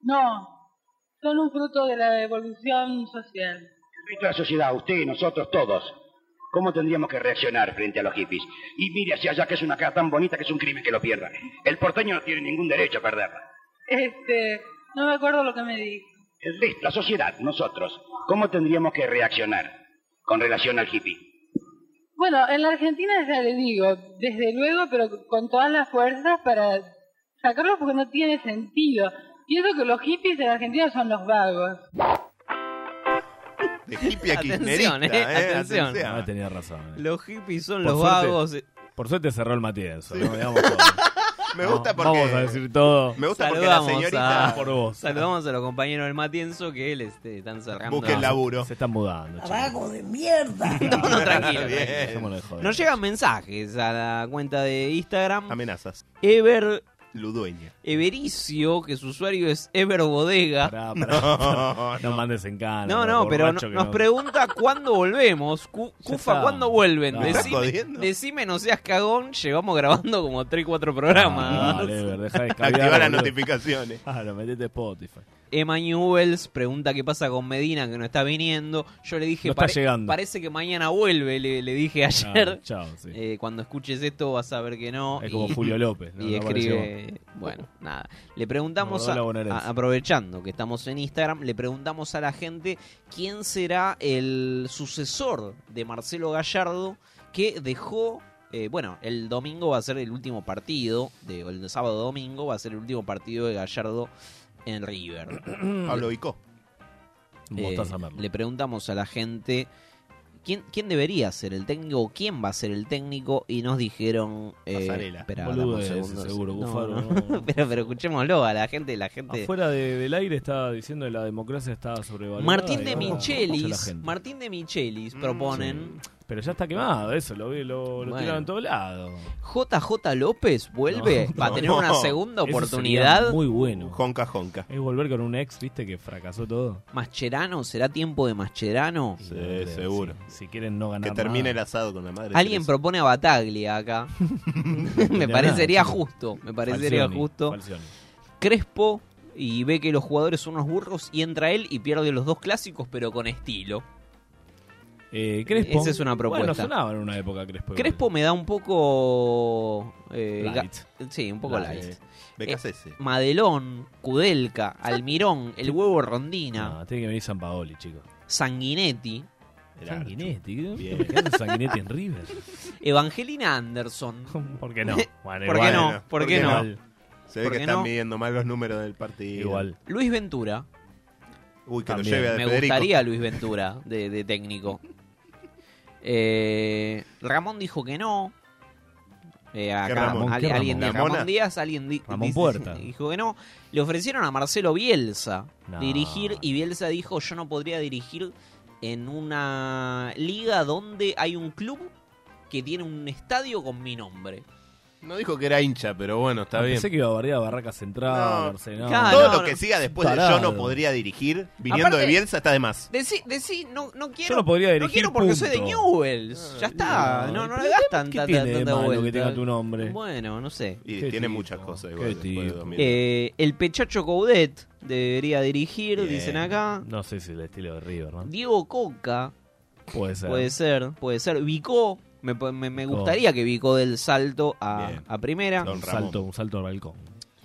Speaker 18: No, son un fruto de la evolución social.
Speaker 9: El resto de la sociedad, usted, nosotros, todos. ¿Cómo tendríamos que reaccionar frente a los hippies? Y mire hacia allá que es una cara tan bonita que es un crimen que lo pierdan. El porteño no tiene ningún derecho a perderla.
Speaker 18: Este, no me acuerdo lo que me dijo.
Speaker 9: El resto, la sociedad, nosotros, ¿cómo tendríamos que reaccionar con relación al hippie?
Speaker 18: Bueno, en la Argentina ya le digo, desde luego, pero con todas las fuerzas para sacarlo porque no tiene sentido. Y eso que los hippies en Argentina son los vagos.
Speaker 3: De hippie a
Speaker 2: Atención,
Speaker 3: kirchnerista,
Speaker 2: eh, atención.
Speaker 1: Ah, tenía razón. eh.
Speaker 2: Los hippies son
Speaker 1: Por
Speaker 2: los
Speaker 1: suerte-
Speaker 2: vagos.
Speaker 1: Por suerte cerró el Matías.
Speaker 3: Sí. [laughs] Me
Speaker 1: No,
Speaker 3: gusta porque.
Speaker 1: Vamos a decir todo.
Speaker 3: Me gusta
Speaker 2: Saludamos
Speaker 3: porque la señorita.
Speaker 2: a-
Speaker 1: Por vos.
Speaker 2: Saludamos a los compañeros del Matienzo que él este, están cerrando.
Speaker 3: Busquen laburo.
Speaker 1: Se están mudando. chicos.
Speaker 19: ¡Vago de
Speaker 1: [laughs]
Speaker 19: mierda!
Speaker 2: No, no, tranquilo.
Speaker 3: Bien.
Speaker 2: tranquilo.
Speaker 1: Dejémoslo de joder.
Speaker 2: Nos llegan mensajes a la cuenta de Instagram.
Speaker 3: Amenazas.
Speaker 2: Ever
Speaker 3: Ludueña.
Speaker 2: Evericio, que su usuario es Everbodega.
Speaker 1: pará. [laughs] No, no mandes en cana.
Speaker 2: No, no, pero no-
Speaker 1: borracho que
Speaker 2: nos
Speaker 1: no-
Speaker 2: pregunta cuándo volvemos. Cu- Cufa,
Speaker 1: está.
Speaker 2: ¿cuándo vuelven?
Speaker 1: No. ¿Me estás
Speaker 2: decime,
Speaker 1: jodiendo?
Speaker 2: [laughs] decime, no seas cagón, llevamos grabando como 3, 4 programas.
Speaker 1: Ah, dale,
Speaker 3: [laughs]
Speaker 1: Ever, deja de
Speaker 3: Activa
Speaker 1: escabear,
Speaker 3: las
Speaker 1: boludo.
Speaker 3: notificaciones.
Speaker 1: Claro, metete Spotify.
Speaker 2: Emma Newells pregunta qué pasa con Medina, que no está viniendo. Yo le dije,
Speaker 1: No está llegando.
Speaker 2: parece que mañana vuelve, le, le dije ayer.
Speaker 1: Ah, chao, sí.
Speaker 2: Eh, cuando escuches esto vas a ver que no.
Speaker 1: Es
Speaker 2: [laughs]
Speaker 1: como Julio López, ¿no?
Speaker 2: Y
Speaker 1: No
Speaker 2: escribe,
Speaker 1: apareció.
Speaker 2: bueno, nada. Le preguntamos,
Speaker 1: Nos
Speaker 2: a-
Speaker 1: voló la bonaerense.
Speaker 2: a- aprovechando que estamos en Instagram, le preguntamos a la gente quién será el sucesor de Marcelo Gallardo que dejó... eh, bueno, el domingo va a ser el último partido, de, o el sábado domingo va a ser el último partido de Gallardo en River.
Speaker 1: Mm.
Speaker 3: Pablo Vicó.
Speaker 1: Mostaza
Speaker 2: eh, le preguntamos a la gente quién, quién debería ser el técnico o quién va a ser el técnico y nos dijeron... Eh,
Speaker 1: Pasarela.
Speaker 2: espera,
Speaker 1: Boludo
Speaker 2: dame un
Speaker 1: ese,
Speaker 2: segundo.
Speaker 1: seguro,
Speaker 2: No,
Speaker 1: Bufaro,
Speaker 2: no. pero, pero escuchémoslo a la gente, la gente...
Speaker 1: Fuera de- del aire estaba diciendo que la democracia estaba sobrevalorada.
Speaker 2: Martín
Speaker 1: y
Speaker 2: de
Speaker 1: ahora escucha la
Speaker 2: Michelis,
Speaker 1: gente. Mm,
Speaker 2: Martín de Michelis proponen...
Speaker 1: Pero ya está quemado, eso, lo, vi- lo, lo
Speaker 2: Bueno.
Speaker 1: tiraron en todos lados.
Speaker 2: JJ López vuelve,
Speaker 1: No,
Speaker 2: va a tener
Speaker 1: no.
Speaker 2: una segunda
Speaker 1: Eso sería
Speaker 2: oportunidad.
Speaker 1: Muy bueno.
Speaker 3: Jonca, jonca.
Speaker 1: Es volver con un ex, viste, que fracasó todo.
Speaker 2: Mascherano, ¿será tiempo de Mascherano?
Speaker 1: Sí, seguro. Si, si quieren no ganar.
Speaker 3: Que termine el
Speaker 1: nada.
Speaker 3: asado con la madre.
Speaker 2: Alguien
Speaker 3: Teresa.
Speaker 2: propone a
Speaker 1: [laughs]
Speaker 2: Bataglia acá. [laughs] me
Speaker 3: nada,
Speaker 2: parecería
Speaker 3: sí.
Speaker 2: justo. Me parecería
Speaker 1: Falcioni,
Speaker 2: justo.
Speaker 1: Falcioni.
Speaker 2: Crespo y ve que los jugadores son unos burros y entra él y pierde los dos clásicos, pero con estilo.
Speaker 1: Eh, Crespo.
Speaker 2: Esa es una propuesta.
Speaker 1: Bueno, sonaba en una época Crespo. igual.
Speaker 2: Crespo me da un poco. eh, ga-
Speaker 1: Light.
Speaker 2: Sí, un poco
Speaker 1: Light.
Speaker 2: light. Eh,
Speaker 3: Becasese.
Speaker 2: Madelón, Kudelka, Almirón, El Huevo Rondina,
Speaker 1: No, tiene que venir San Paoli, chicos.
Speaker 2: Sanguinetti,
Speaker 1: Sanguinetti, ¿qué- ¿qué hace Sanguinetti en River? [laughs]
Speaker 2: Evangelina Anderson.
Speaker 1: ¿Por
Speaker 2: [laughs]
Speaker 1: qué no? Bueno,
Speaker 2: ¿Por
Speaker 1: igual.
Speaker 2: qué no?
Speaker 1: Bueno,
Speaker 2: ¿Por, qué no?
Speaker 3: Se ve
Speaker 2: ¿Por
Speaker 3: que
Speaker 2: qué
Speaker 3: están
Speaker 2: no?
Speaker 3: midiendo mal los números del partido.
Speaker 1: Igual.
Speaker 2: Luis Ventura.
Speaker 3: Uy, que
Speaker 2: También.
Speaker 3: lo lleve a de
Speaker 2: Me
Speaker 3: Federico.
Speaker 2: gustaría Luis Ventura de, de técnico. Eh, Ramón dijo que no. Eh, acá,
Speaker 1: Ramón?
Speaker 2: al-
Speaker 1: ¿Qué
Speaker 2: alguien
Speaker 1: Ramón?
Speaker 2: de
Speaker 1: ¿La
Speaker 2: Ramón
Speaker 1: Mona?
Speaker 2: Díaz, alguien di-
Speaker 1: Ramón
Speaker 2: dice-
Speaker 1: Puerta.
Speaker 2: [laughs] dijo que no. Le ofrecieron a Marcelo Bielsa
Speaker 1: No.
Speaker 2: dirigir y Bielsa dijo yo no podría dirigir en una liga donde hay un club que tiene un estadio con mi nombre.
Speaker 3: No dijo que era hincha, pero bueno, está
Speaker 1: Ah,
Speaker 3: bien.
Speaker 1: Pensé que iba a bardear a Barraca Central, Arsenal.
Speaker 2: Claro,
Speaker 3: Todo
Speaker 2: Ah, no,
Speaker 3: lo que
Speaker 2: no.
Speaker 3: siga después de
Speaker 1: Tarado.
Speaker 3: yo no podría dirigir, viniendo
Speaker 2: Aparte-
Speaker 3: de Bielsa, está de más.
Speaker 2: Decí, decí, no, no quiero.
Speaker 1: no podría dirigir,
Speaker 2: quiero porque soy de
Speaker 1: punto. Ah,
Speaker 2: Newells. ya está. No, no, le das
Speaker 1: ¿Qué
Speaker 2: tanta,
Speaker 1: tiene de
Speaker 2: tanta
Speaker 1: malo que
Speaker 2: vuelta.
Speaker 1: tenga tu nombre?
Speaker 2: Bueno, no sé.
Speaker 3: Y
Speaker 1: Qué
Speaker 3: tiene
Speaker 1: tipo,
Speaker 3: muchas cosas
Speaker 1: qué
Speaker 3: igual. después de
Speaker 1: tipo.
Speaker 3: 2000.
Speaker 2: Eh, el Pechacho Coudet debería dirigir,
Speaker 3: Bien.
Speaker 2: dicen acá.
Speaker 1: No sé si el estilo de River, ¿no?
Speaker 2: Diego Coca,
Speaker 1: Puede ser.
Speaker 2: puede ser, puede ser. Vicó, me, me- me gustaría que Vicó del salto a,
Speaker 1: Bien.
Speaker 2: a primera.
Speaker 1: un salto, un salto al balcón.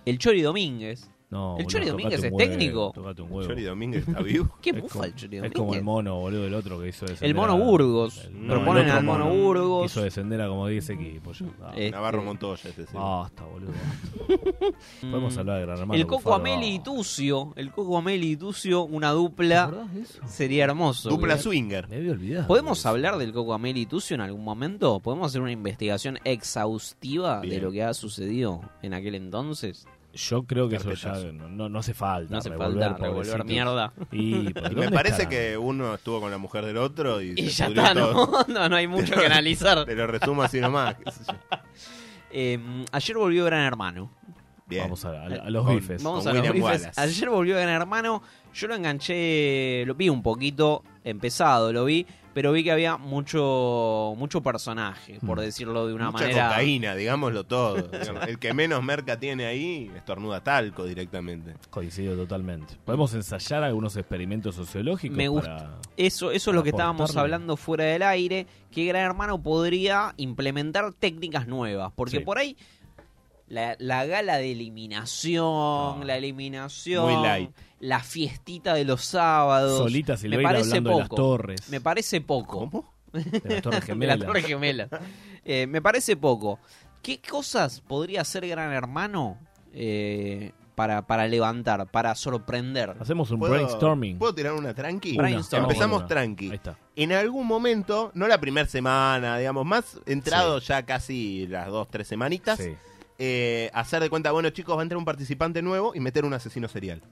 Speaker 2: El Chori Domínguez.
Speaker 1: No,
Speaker 2: el
Speaker 1: boludo,
Speaker 2: Chori
Speaker 1: tocate
Speaker 2: Domínguez
Speaker 1: un
Speaker 2: es
Speaker 1: huevo,
Speaker 2: técnico.
Speaker 1: tocate un huevo.
Speaker 3: Chori Domínguez está vivo.
Speaker 2: ¿Qué
Speaker 1: Es
Speaker 2: bufa
Speaker 1: como-
Speaker 2: el Chori
Speaker 1: Es
Speaker 2: Domínguez?
Speaker 1: como el mono, boludo, el otro que hizo descender.
Speaker 2: El mono
Speaker 1: a-
Speaker 2: Burgos.
Speaker 1: el-
Speaker 2: Proponen
Speaker 1: el otro
Speaker 2: al mono Burgos.
Speaker 1: Hizo descender a como 10 equipos. yo. Ah,
Speaker 2: Este-
Speaker 3: Navarro Montoya, este sí.
Speaker 2: oh,
Speaker 1: Basta,
Speaker 2: [laughs]
Speaker 1: boludo. basta. Podemos hablar de Gran Hermano.
Speaker 2: el Coco
Speaker 1: Bufaro,
Speaker 2: Ameli y Tucio. El Coco Ameli y Tucio, una dupla. Sería hermoso.
Speaker 3: Dupla
Speaker 2: ¿verdad?
Speaker 3: swinger.
Speaker 1: Me había olvidado.
Speaker 2: ¿Podemos hablar del Coco Ameli y Tucio en algún momento? ¿Podemos hacer una investigación exhaustiva de
Speaker 1: Bien.
Speaker 2: lo que ha sucedido en aquel entonces?
Speaker 1: Yo creo que eso ya no, no- no hace falta.
Speaker 2: No hace
Speaker 1: revolver,
Speaker 2: falta revolver
Speaker 1: pobrecitos.
Speaker 2: mierda.
Speaker 1: Y,
Speaker 2: [laughs]
Speaker 1: pero
Speaker 3: Y me
Speaker 1: ¿dónde
Speaker 3: parece
Speaker 1: estarán?
Speaker 3: que uno estuvo con la mujer del otro y, se
Speaker 2: Y ya
Speaker 3: pudrió
Speaker 2: está, ¿no?
Speaker 3: todo.
Speaker 2: [laughs] No, no hay mucho que
Speaker 3: [laughs]
Speaker 2: analizar.
Speaker 3: Te lo resumo así nomás. qué sé yo.
Speaker 2: Eh, ayer volvió Gran Hermano.
Speaker 3: Bien.
Speaker 1: Vamos a, a- a los
Speaker 3: Con-
Speaker 1: bifes.
Speaker 2: Eh, Vamos
Speaker 3: con
Speaker 2: a los
Speaker 3: William
Speaker 2: bifes.
Speaker 3: Wallace.
Speaker 2: Ayer volvió Gran Hermano. Yo lo enganché, lo vi un poquito, empezado, lo vi, pero vi que había mucho mucho personaje, por decirlo de una
Speaker 3: Mm. Mucha
Speaker 2: manera.
Speaker 3: cocaína, digámoslo todo.
Speaker 2: [laughs]
Speaker 3: Digamos, El que menos merca tiene ahí estornuda talco directamente.
Speaker 1: Coincido totalmente. Podemos ensayar algunos experimentos sociológicos.
Speaker 2: Me gusta.
Speaker 1: para-
Speaker 2: Eso, eso es lo que estábamos
Speaker 1: Aportarle.
Speaker 2: hablando fuera del aire, que Gran Hermano podría implementar técnicas nuevas, porque
Speaker 1: Sí.
Speaker 2: por ahí la, la gala de eliminación, la eliminación,
Speaker 1: Muy light.
Speaker 2: la fiestita de los sábados,
Speaker 1: Solita Silveira
Speaker 2: me parece
Speaker 1: hablando
Speaker 2: poco,
Speaker 1: de las torres.
Speaker 2: me parece poco,
Speaker 1: De las torres
Speaker 2: [laughs] de la
Speaker 1: gemelas.
Speaker 2: Torre Gemela, Eh, me parece poco. ¿Qué cosas podría hacer Gran Hermano eh, para, para levantar,
Speaker 1: [laughs]
Speaker 2: para sorprender?
Speaker 1: Hacemos un
Speaker 3: ¿Puedo-
Speaker 1: brainstorming.
Speaker 3: ¿Puedo tirar una tranqui?
Speaker 2: Una. Brainstorming.
Speaker 3: Empezamos
Speaker 1: Una.
Speaker 3: tranqui.
Speaker 1: Ahí está.
Speaker 3: En algún momento, no la primera semana, digamos, más entrado ya casi las dos, tres semanitas,
Speaker 2: [laughs]
Speaker 1: Sí.
Speaker 3: eh, hacer de cuenta, bueno chicos, va a entrar un participante nuevo y meter un asesino serial.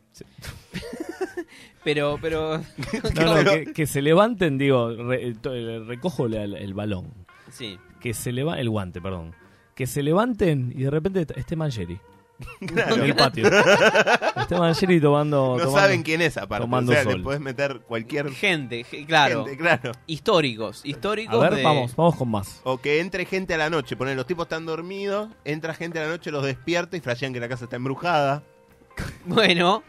Speaker 2: Pero, pero...
Speaker 1: No,
Speaker 2: [laughs]
Speaker 1: no, que, que se levanten, digo, re- to- eh, recojo la- el, el balón.
Speaker 2: Sí.
Speaker 1: Que se leva el guante, perdón. Que se levanten y de repente este Mancheri
Speaker 3: Claro.
Speaker 1: En el patio. Estaban ayer y tomando.
Speaker 3: No
Speaker 1: tomando-
Speaker 3: saben quién es aparte. O
Speaker 1: Tomando
Speaker 3: sea,
Speaker 1: sol.
Speaker 3: le podés meter cualquier.
Speaker 2: Gente, ge- claro.
Speaker 3: Gente, claro.
Speaker 2: Históricos, históricos.
Speaker 1: A ver,
Speaker 2: de-
Speaker 1: vamos, vamos con más.
Speaker 3: O que entre gente a la noche. Ponen, los tipos están dormidos, entra gente a la noche, los despierta y flashean que la casa está embrujada.
Speaker 2: [laughs] Bueno.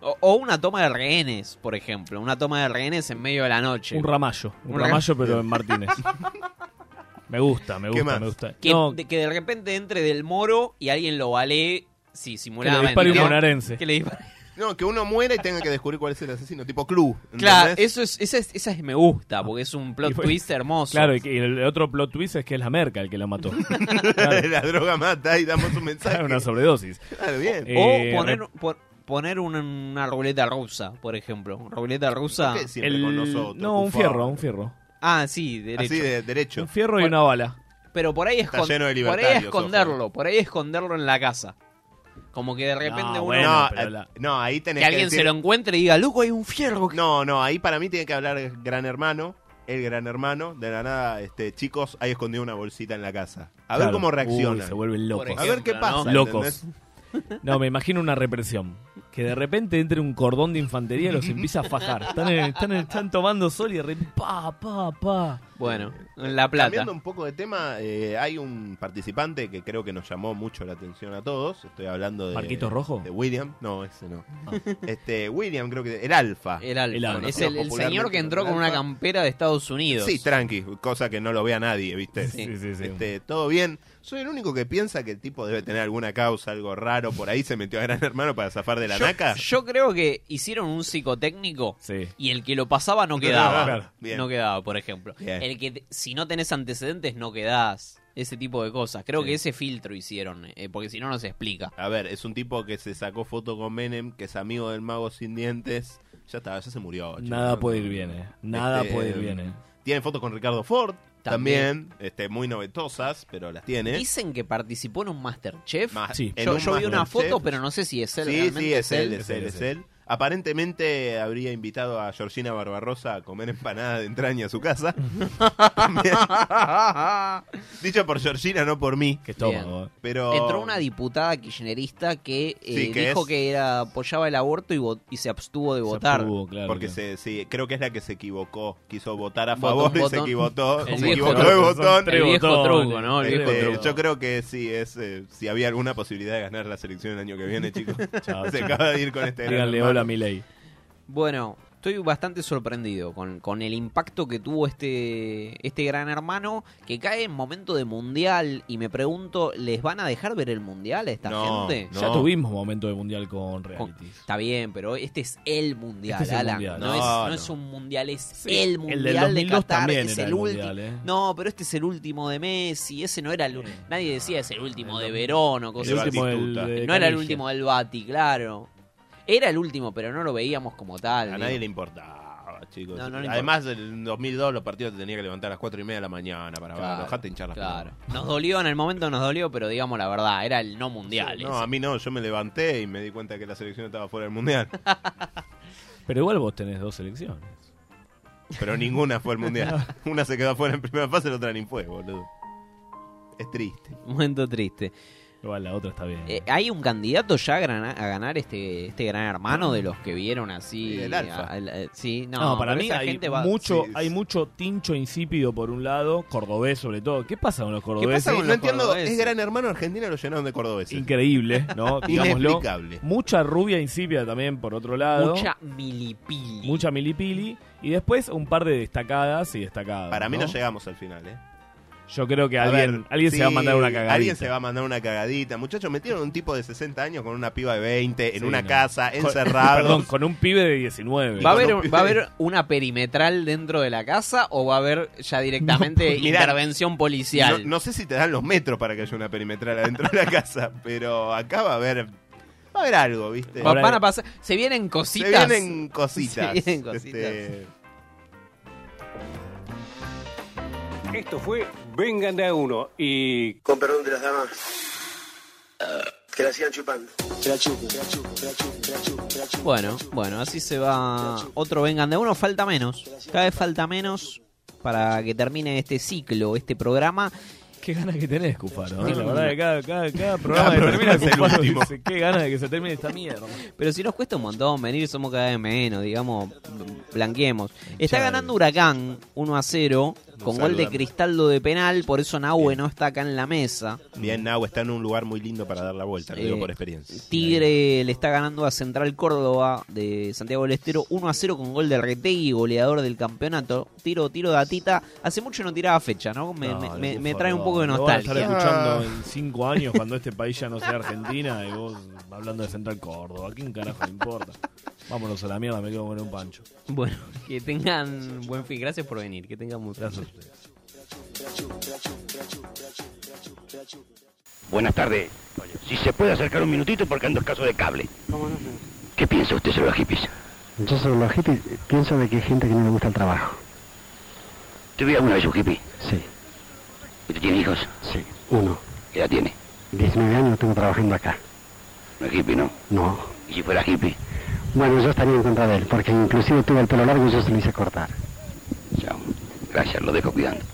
Speaker 2: O, o una toma de rehenes, por ejemplo. Una toma de rehenes en medio de la noche.
Speaker 1: Un ramallo. Un
Speaker 2: rega-
Speaker 1: ramallo, pero en Martínez. Me gusta, me
Speaker 3: ¿Qué
Speaker 1: gusta,
Speaker 3: más?
Speaker 1: me gusta.
Speaker 2: Que,
Speaker 1: No,
Speaker 2: de, que de repente entre del moro y alguien lo vale.
Speaker 1: Que
Speaker 2: Sí,
Speaker 1: le
Speaker 2: simulaba.
Speaker 1: dispare un bonaerense.
Speaker 2: Que le dispare-
Speaker 3: No, que uno muera y tenga que descubrir cuál es el asesino. Tipo club. ¿entendés? [laughs]
Speaker 2: Claro, eso es, esa, es- esa es- me gusta, porque es un plot twist hermoso.
Speaker 1: claro, y, que- y el otro plot twist es que es la merca el que la mató. Claro.
Speaker 3: la droga mata y damos un mensaje.
Speaker 1: Claro, [laughs] una sobredosis.
Speaker 3: Claro, bien.
Speaker 2: O
Speaker 1: Eh,
Speaker 2: poner, po- poner una, una ruleta rusa, por ejemplo. Ruleta rusa.
Speaker 3: ¿Por qué siempre con nosotros,
Speaker 1: No, un
Speaker 3: Cufaro?
Speaker 1: fierro, un fierro.
Speaker 2: Ah, sí, derecho.
Speaker 3: Así de derecho.
Speaker 1: Un fierro y una bala.
Speaker 2: Pero por ahí,
Speaker 3: Está
Speaker 2: escon-
Speaker 3: lleno de
Speaker 2: por ahí
Speaker 3: libertarios,
Speaker 2: esconderlo, por ahí esconderlo en la casa. Como que de repente uno.
Speaker 3: no, eh, no, ahí tenés
Speaker 2: Que alguien se
Speaker 3: decir-
Speaker 2: lo encuentre y diga, Luco, hay un fierro.
Speaker 3: No, no, ahí para mí tiene que hablar el gran hermano. El gran hermano, de la nada, este, chicos, hay escondido una bolsita en la casa. A ver
Speaker 1: Claro.
Speaker 3: cómo reacciona.
Speaker 1: Uy, se vuelven locos.
Speaker 3: a ver qué pasa.
Speaker 1: Locos.
Speaker 3: ¿entendés?
Speaker 1: [laughs] No, me imagino una represión. Que de repente entre un cordón de infantería y los empieza a fajar. Están, en- están, en- están tomando sol y de repente. Pa, pa, pa.
Speaker 2: Bueno, en La Plata.
Speaker 3: Cambiando un poco de tema, eh, hay un participante que creo que nos llamó mucho la atención a todos. Estoy hablando de.
Speaker 1: ¿Marquito Rojo?
Speaker 3: De William. No, ese no.
Speaker 2: Ah.
Speaker 3: [laughs] Este, William, creo que. El Alfa.
Speaker 2: El alfa.
Speaker 3: Conocido
Speaker 2: Es el, el señor
Speaker 3: popularmente
Speaker 2: que entró
Speaker 3: como el
Speaker 2: con una
Speaker 3: Alfa.
Speaker 2: campera de Estados Unidos.
Speaker 3: Sí, tranqui, cosa que no lo vea nadie, ¿viste?
Speaker 2: Sí. Sí,
Speaker 3: Este, todo bien. Soy el único que piensa que el tipo debe tener alguna causa, algo raro. Por ahí se metió a Gran Hermano para zafar de la naca.
Speaker 2: Yo creo que hicieron un psicotécnico y el que lo pasaba no
Speaker 3: No
Speaker 2: quedaba.
Speaker 3: quedaba, claro. Bien.
Speaker 2: No quedaba, por ejemplo.
Speaker 3: Bien.
Speaker 2: El que, te- si no tenés antecedentes, no quedás. Ese tipo de cosas. Creo
Speaker 3: Sí.
Speaker 2: que ese filtro hicieron, eh, porque si no, no se explica.
Speaker 3: A ver, es un tipo que se sacó foto con Menem, que es amigo del mago sin dientes. Ya está, ya se murió. chicos.
Speaker 1: Nada puede ir bien, eh. Nada
Speaker 3: Este,
Speaker 1: puede ir bien, eh.
Speaker 3: Tiene fotos con Ricardo Ford
Speaker 2: También.
Speaker 3: también, este, muy novetosas, pero las tiene.
Speaker 2: Dicen que participó en un Masterchef.
Speaker 3: Ma-
Speaker 1: Sí.
Speaker 3: en
Speaker 2: Yo,
Speaker 3: un
Speaker 2: yo vi una
Speaker 3: Masterchef.
Speaker 2: foto, pero no sé si es él.
Speaker 3: Sí,
Speaker 2: realmente
Speaker 3: sí, es él,
Speaker 1: él.
Speaker 3: es él, es él. Aparentemente habría invitado a Georgina Barbarosa a comer empanada de entraña a su
Speaker 2: [laughs]
Speaker 3: casa. También. Dicho por Georgina, no por mí.
Speaker 1: Qué estómago, eh.
Speaker 3: Pero
Speaker 2: Entró una diputada kirchnerista que eh,
Speaker 3: Sí, que
Speaker 2: dijo
Speaker 3: es-
Speaker 2: que era, apoyaba el aborto y, vo- y se abstuvo de votar.
Speaker 3: porque se, sí, creo que es la que se equivocó. Quiso votar a favor
Speaker 2: Botón,
Speaker 3: y se
Speaker 2: botón.
Speaker 3: equivocó.
Speaker 2: El
Speaker 3: se
Speaker 2: viejo
Speaker 3: equivocó de
Speaker 2: truco, son
Speaker 3: botón. Este,
Speaker 2: tres El viejo botones. truco, ¿no? El viejo truco.
Speaker 3: Yo creo que sí, es, eh, si había alguna posibilidad de ganar la selección el año que viene, chicos.
Speaker 1: [laughs] Chao,
Speaker 3: [laughs] se
Speaker 1: chao.
Speaker 3: acaba de ir con este gran
Speaker 1: Díganle
Speaker 3: hermano.
Speaker 1: hola a Milei.
Speaker 2: Bueno, estoy bastante sorprendido con, con el impacto que tuvo este, este gran hermano que cae en momento de mundial y me pregunto, ¿les van a dejar ver el mundial a esta
Speaker 1: No,
Speaker 2: gente?
Speaker 1: Ya tuvimos momento de mundial con reality.
Speaker 2: Está bien, pero este es el mundial,
Speaker 1: Este es el
Speaker 2: Alan.
Speaker 1: mundial.
Speaker 2: No,
Speaker 1: No,
Speaker 2: es, no
Speaker 1: no.
Speaker 2: es un mundial, es el mundial
Speaker 1: el del
Speaker 2: de
Speaker 1: 2002
Speaker 2: Qatar.
Speaker 1: también
Speaker 2: es
Speaker 1: era
Speaker 2: el
Speaker 1: el
Speaker 2: último.
Speaker 1: mundial, ¿eh?
Speaker 2: No, pero este es el último de Messi. Ese no era el. Nadie decía
Speaker 1: Ah,
Speaker 2: es el último de Verón o cosas
Speaker 1: El último
Speaker 2: así.
Speaker 1: del- de
Speaker 2: no era el
Speaker 1: Canigia.
Speaker 2: último del Bati, claro. Era el último, pero no lo veíamos como tal.
Speaker 3: A
Speaker 2: digo.
Speaker 3: nadie le importaba, chicos.
Speaker 2: No, no le
Speaker 3: Además, en 2002 los partidos te tenían que levantar a las 4 y media de la mañana para
Speaker 2: Claro,
Speaker 3: verlo. Dejate hinchar las
Speaker 2: claro.
Speaker 3: pelotas.
Speaker 2: Nos dolió en el momento, nos dolió, pero digamos la verdad, era el no mundial.
Speaker 3: No,
Speaker 2: ese.
Speaker 3: a mí no, yo me levanté y me di cuenta que la selección estaba fuera del
Speaker 2: [laughs]
Speaker 3: mundial.
Speaker 1: Pero igual vos tenés dos selecciones.
Speaker 3: Pero ninguna fue al mundial. Una se quedó fuera en primera fase, la otra ni fue, boludo. Es triste.
Speaker 2: Momento triste.
Speaker 1: Igual la otra está bien.
Speaker 2: Eh, ¿Hay un candidato ya a, grana- a ganar este, este gran hermano de los que vieron así?
Speaker 1: Sí, el Alfa.
Speaker 2: a- al- eh, sí, no,
Speaker 1: No, para
Speaker 2: pero
Speaker 1: mí
Speaker 2: esa
Speaker 1: hay,
Speaker 2: gente va-
Speaker 1: mucho,
Speaker 2: Sí,
Speaker 1: hay mucho tincho insípido por un lado, cordobés sobre todo. ¿Qué pasa con los
Speaker 3: ¿Qué
Speaker 1: cordobeses?
Speaker 3: pasa con No entiendo, es gran hermano Argentina, lo llenaron de cordobeses.
Speaker 1: Increíble,
Speaker 3: [laughs]
Speaker 1: ¿no? Digámoslo.
Speaker 3: Inexplicable.
Speaker 1: Mucha rubia insípida también, por otro lado.
Speaker 2: Mucha milipili.
Speaker 1: Mucha milipili. Y después un par de destacadas y destacadas.
Speaker 3: Para mí
Speaker 1: ¿no?
Speaker 3: no llegamos al final, ¿eh?
Speaker 1: Yo creo que
Speaker 3: A
Speaker 1: alguien,
Speaker 3: ver,
Speaker 1: alguien
Speaker 3: sí,
Speaker 1: se va a mandar una cagadita.
Speaker 3: Alguien se va a mandar una cagadita. Muchachos, metieron a un tipo de 60 años con una piba de 20 en
Speaker 1: Sí,
Speaker 3: una
Speaker 1: no.
Speaker 3: casa,
Speaker 1: Con-
Speaker 3: encerrado.
Speaker 1: [laughs] Perdón, con un pibe de 19.
Speaker 2: ¿Va a, haber, ¿Va a haber una perimetral dentro de la casa o va a haber ya directamente
Speaker 3: [laughs] Mirá,
Speaker 2: intervención policial?
Speaker 3: No, no sé si te dan los metros para que haya una perimetral adentro de la casa, [laughs] pero acá va a haber, va a haber algo, ¿viste?
Speaker 2: Va- van a pasar- se vienen cositas.
Speaker 3: Se vienen cositas.
Speaker 2: Se vienen cositas.
Speaker 3: Este,
Speaker 20: Esto fue Vengan de a uno y.
Speaker 8: Con perdón de las damas. Que la sigan chupando. Que la chupen, que la chupen, que la chupen, que la chupen, que la chupen.
Speaker 2: Bueno, bueno, así se va otro Vengan de uno, falta menos. Cada vez falta menos para que termine este ciclo, este programa.
Speaker 1: Qué ganas que tenés, Cufaro. ¿eh?
Speaker 2: Sí.
Speaker 1: La verdad que cada,
Speaker 3: [laughs]
Speaker 1: cada, cada programa que
Speaker 2: Cada
Speaker 1: termina
Speaker 2: programa es el
Speaker 1: Cufaro
Speaker 2: último.
Speaker 1: dice, qué ganas de que se termine esta mierda.
Speaker 2: Pero si nos cuesta un montón venir, somos cada vez menos, digamos, blanqueemos. Está ganando Huracán 1 a 0 con gol de
Speaker 3: saludamos.
Speaker 2: Cristaldo de penal, por eso Nahue no está acá en la mesa.
Speaker 3: Bien, Nahue está en un lugar muy lindo para dar la vuelta, lo digo
Speaker 2: Eh,
Speaker 3: por experiencia.
Speaker 2: Tigre le está ganando a Central Córdoba de Santiago del Estero 1 a 0 con gol de Retegui, goleador del campeonato. Tiro, tiro de Atita. Hace mucho no tiraba fecha, ¿no? Me, me- me- me trae un poco de
Speaker 1: Lo van a
Speaker 2: nostalgia.
Speaker 1: estar escuchando en cinco años cuando este país ya no sea Argentina y vos hablando de Central Córdoba. ¿A quién carajo le importa? Vámonos a la mierda, me quedo con un pancho.
Speaker 2: [laughs] Bueno, que tengan buen fin. Gracias por venir. Que tengan mucho.
Speaker 9: Buenas tardes. Si se puede acercar un minutito porque ando escaso de cable. ¿Qué piensa usted sobre los hippies?
Speaker 15: Yo sobre los hippies pienso de que hay gente que no le gusta el trabajo.
Speaker 9: ¿Tuviera alguna vez un hippie?
Speaker 15: Sí.
Speaker 9: ¿Usted tiene hijos? Sí.
Speaker 15: Uno,
Speaker 9: ¿Qué edad tiene?
Speaker 15: 19 años tengo trabajando acá.
Speaker 9: No es hippie, ¿no?
Speaker 15: No.
Speaker 9: ¿Y si fuera hippie?
Speaker 15: Bueno, yo estaría en contra de él, porque inclusive tuve el pelo largo y yo se lo hice cortar.
Speaker 9: Gracias, lo dejo cuidando.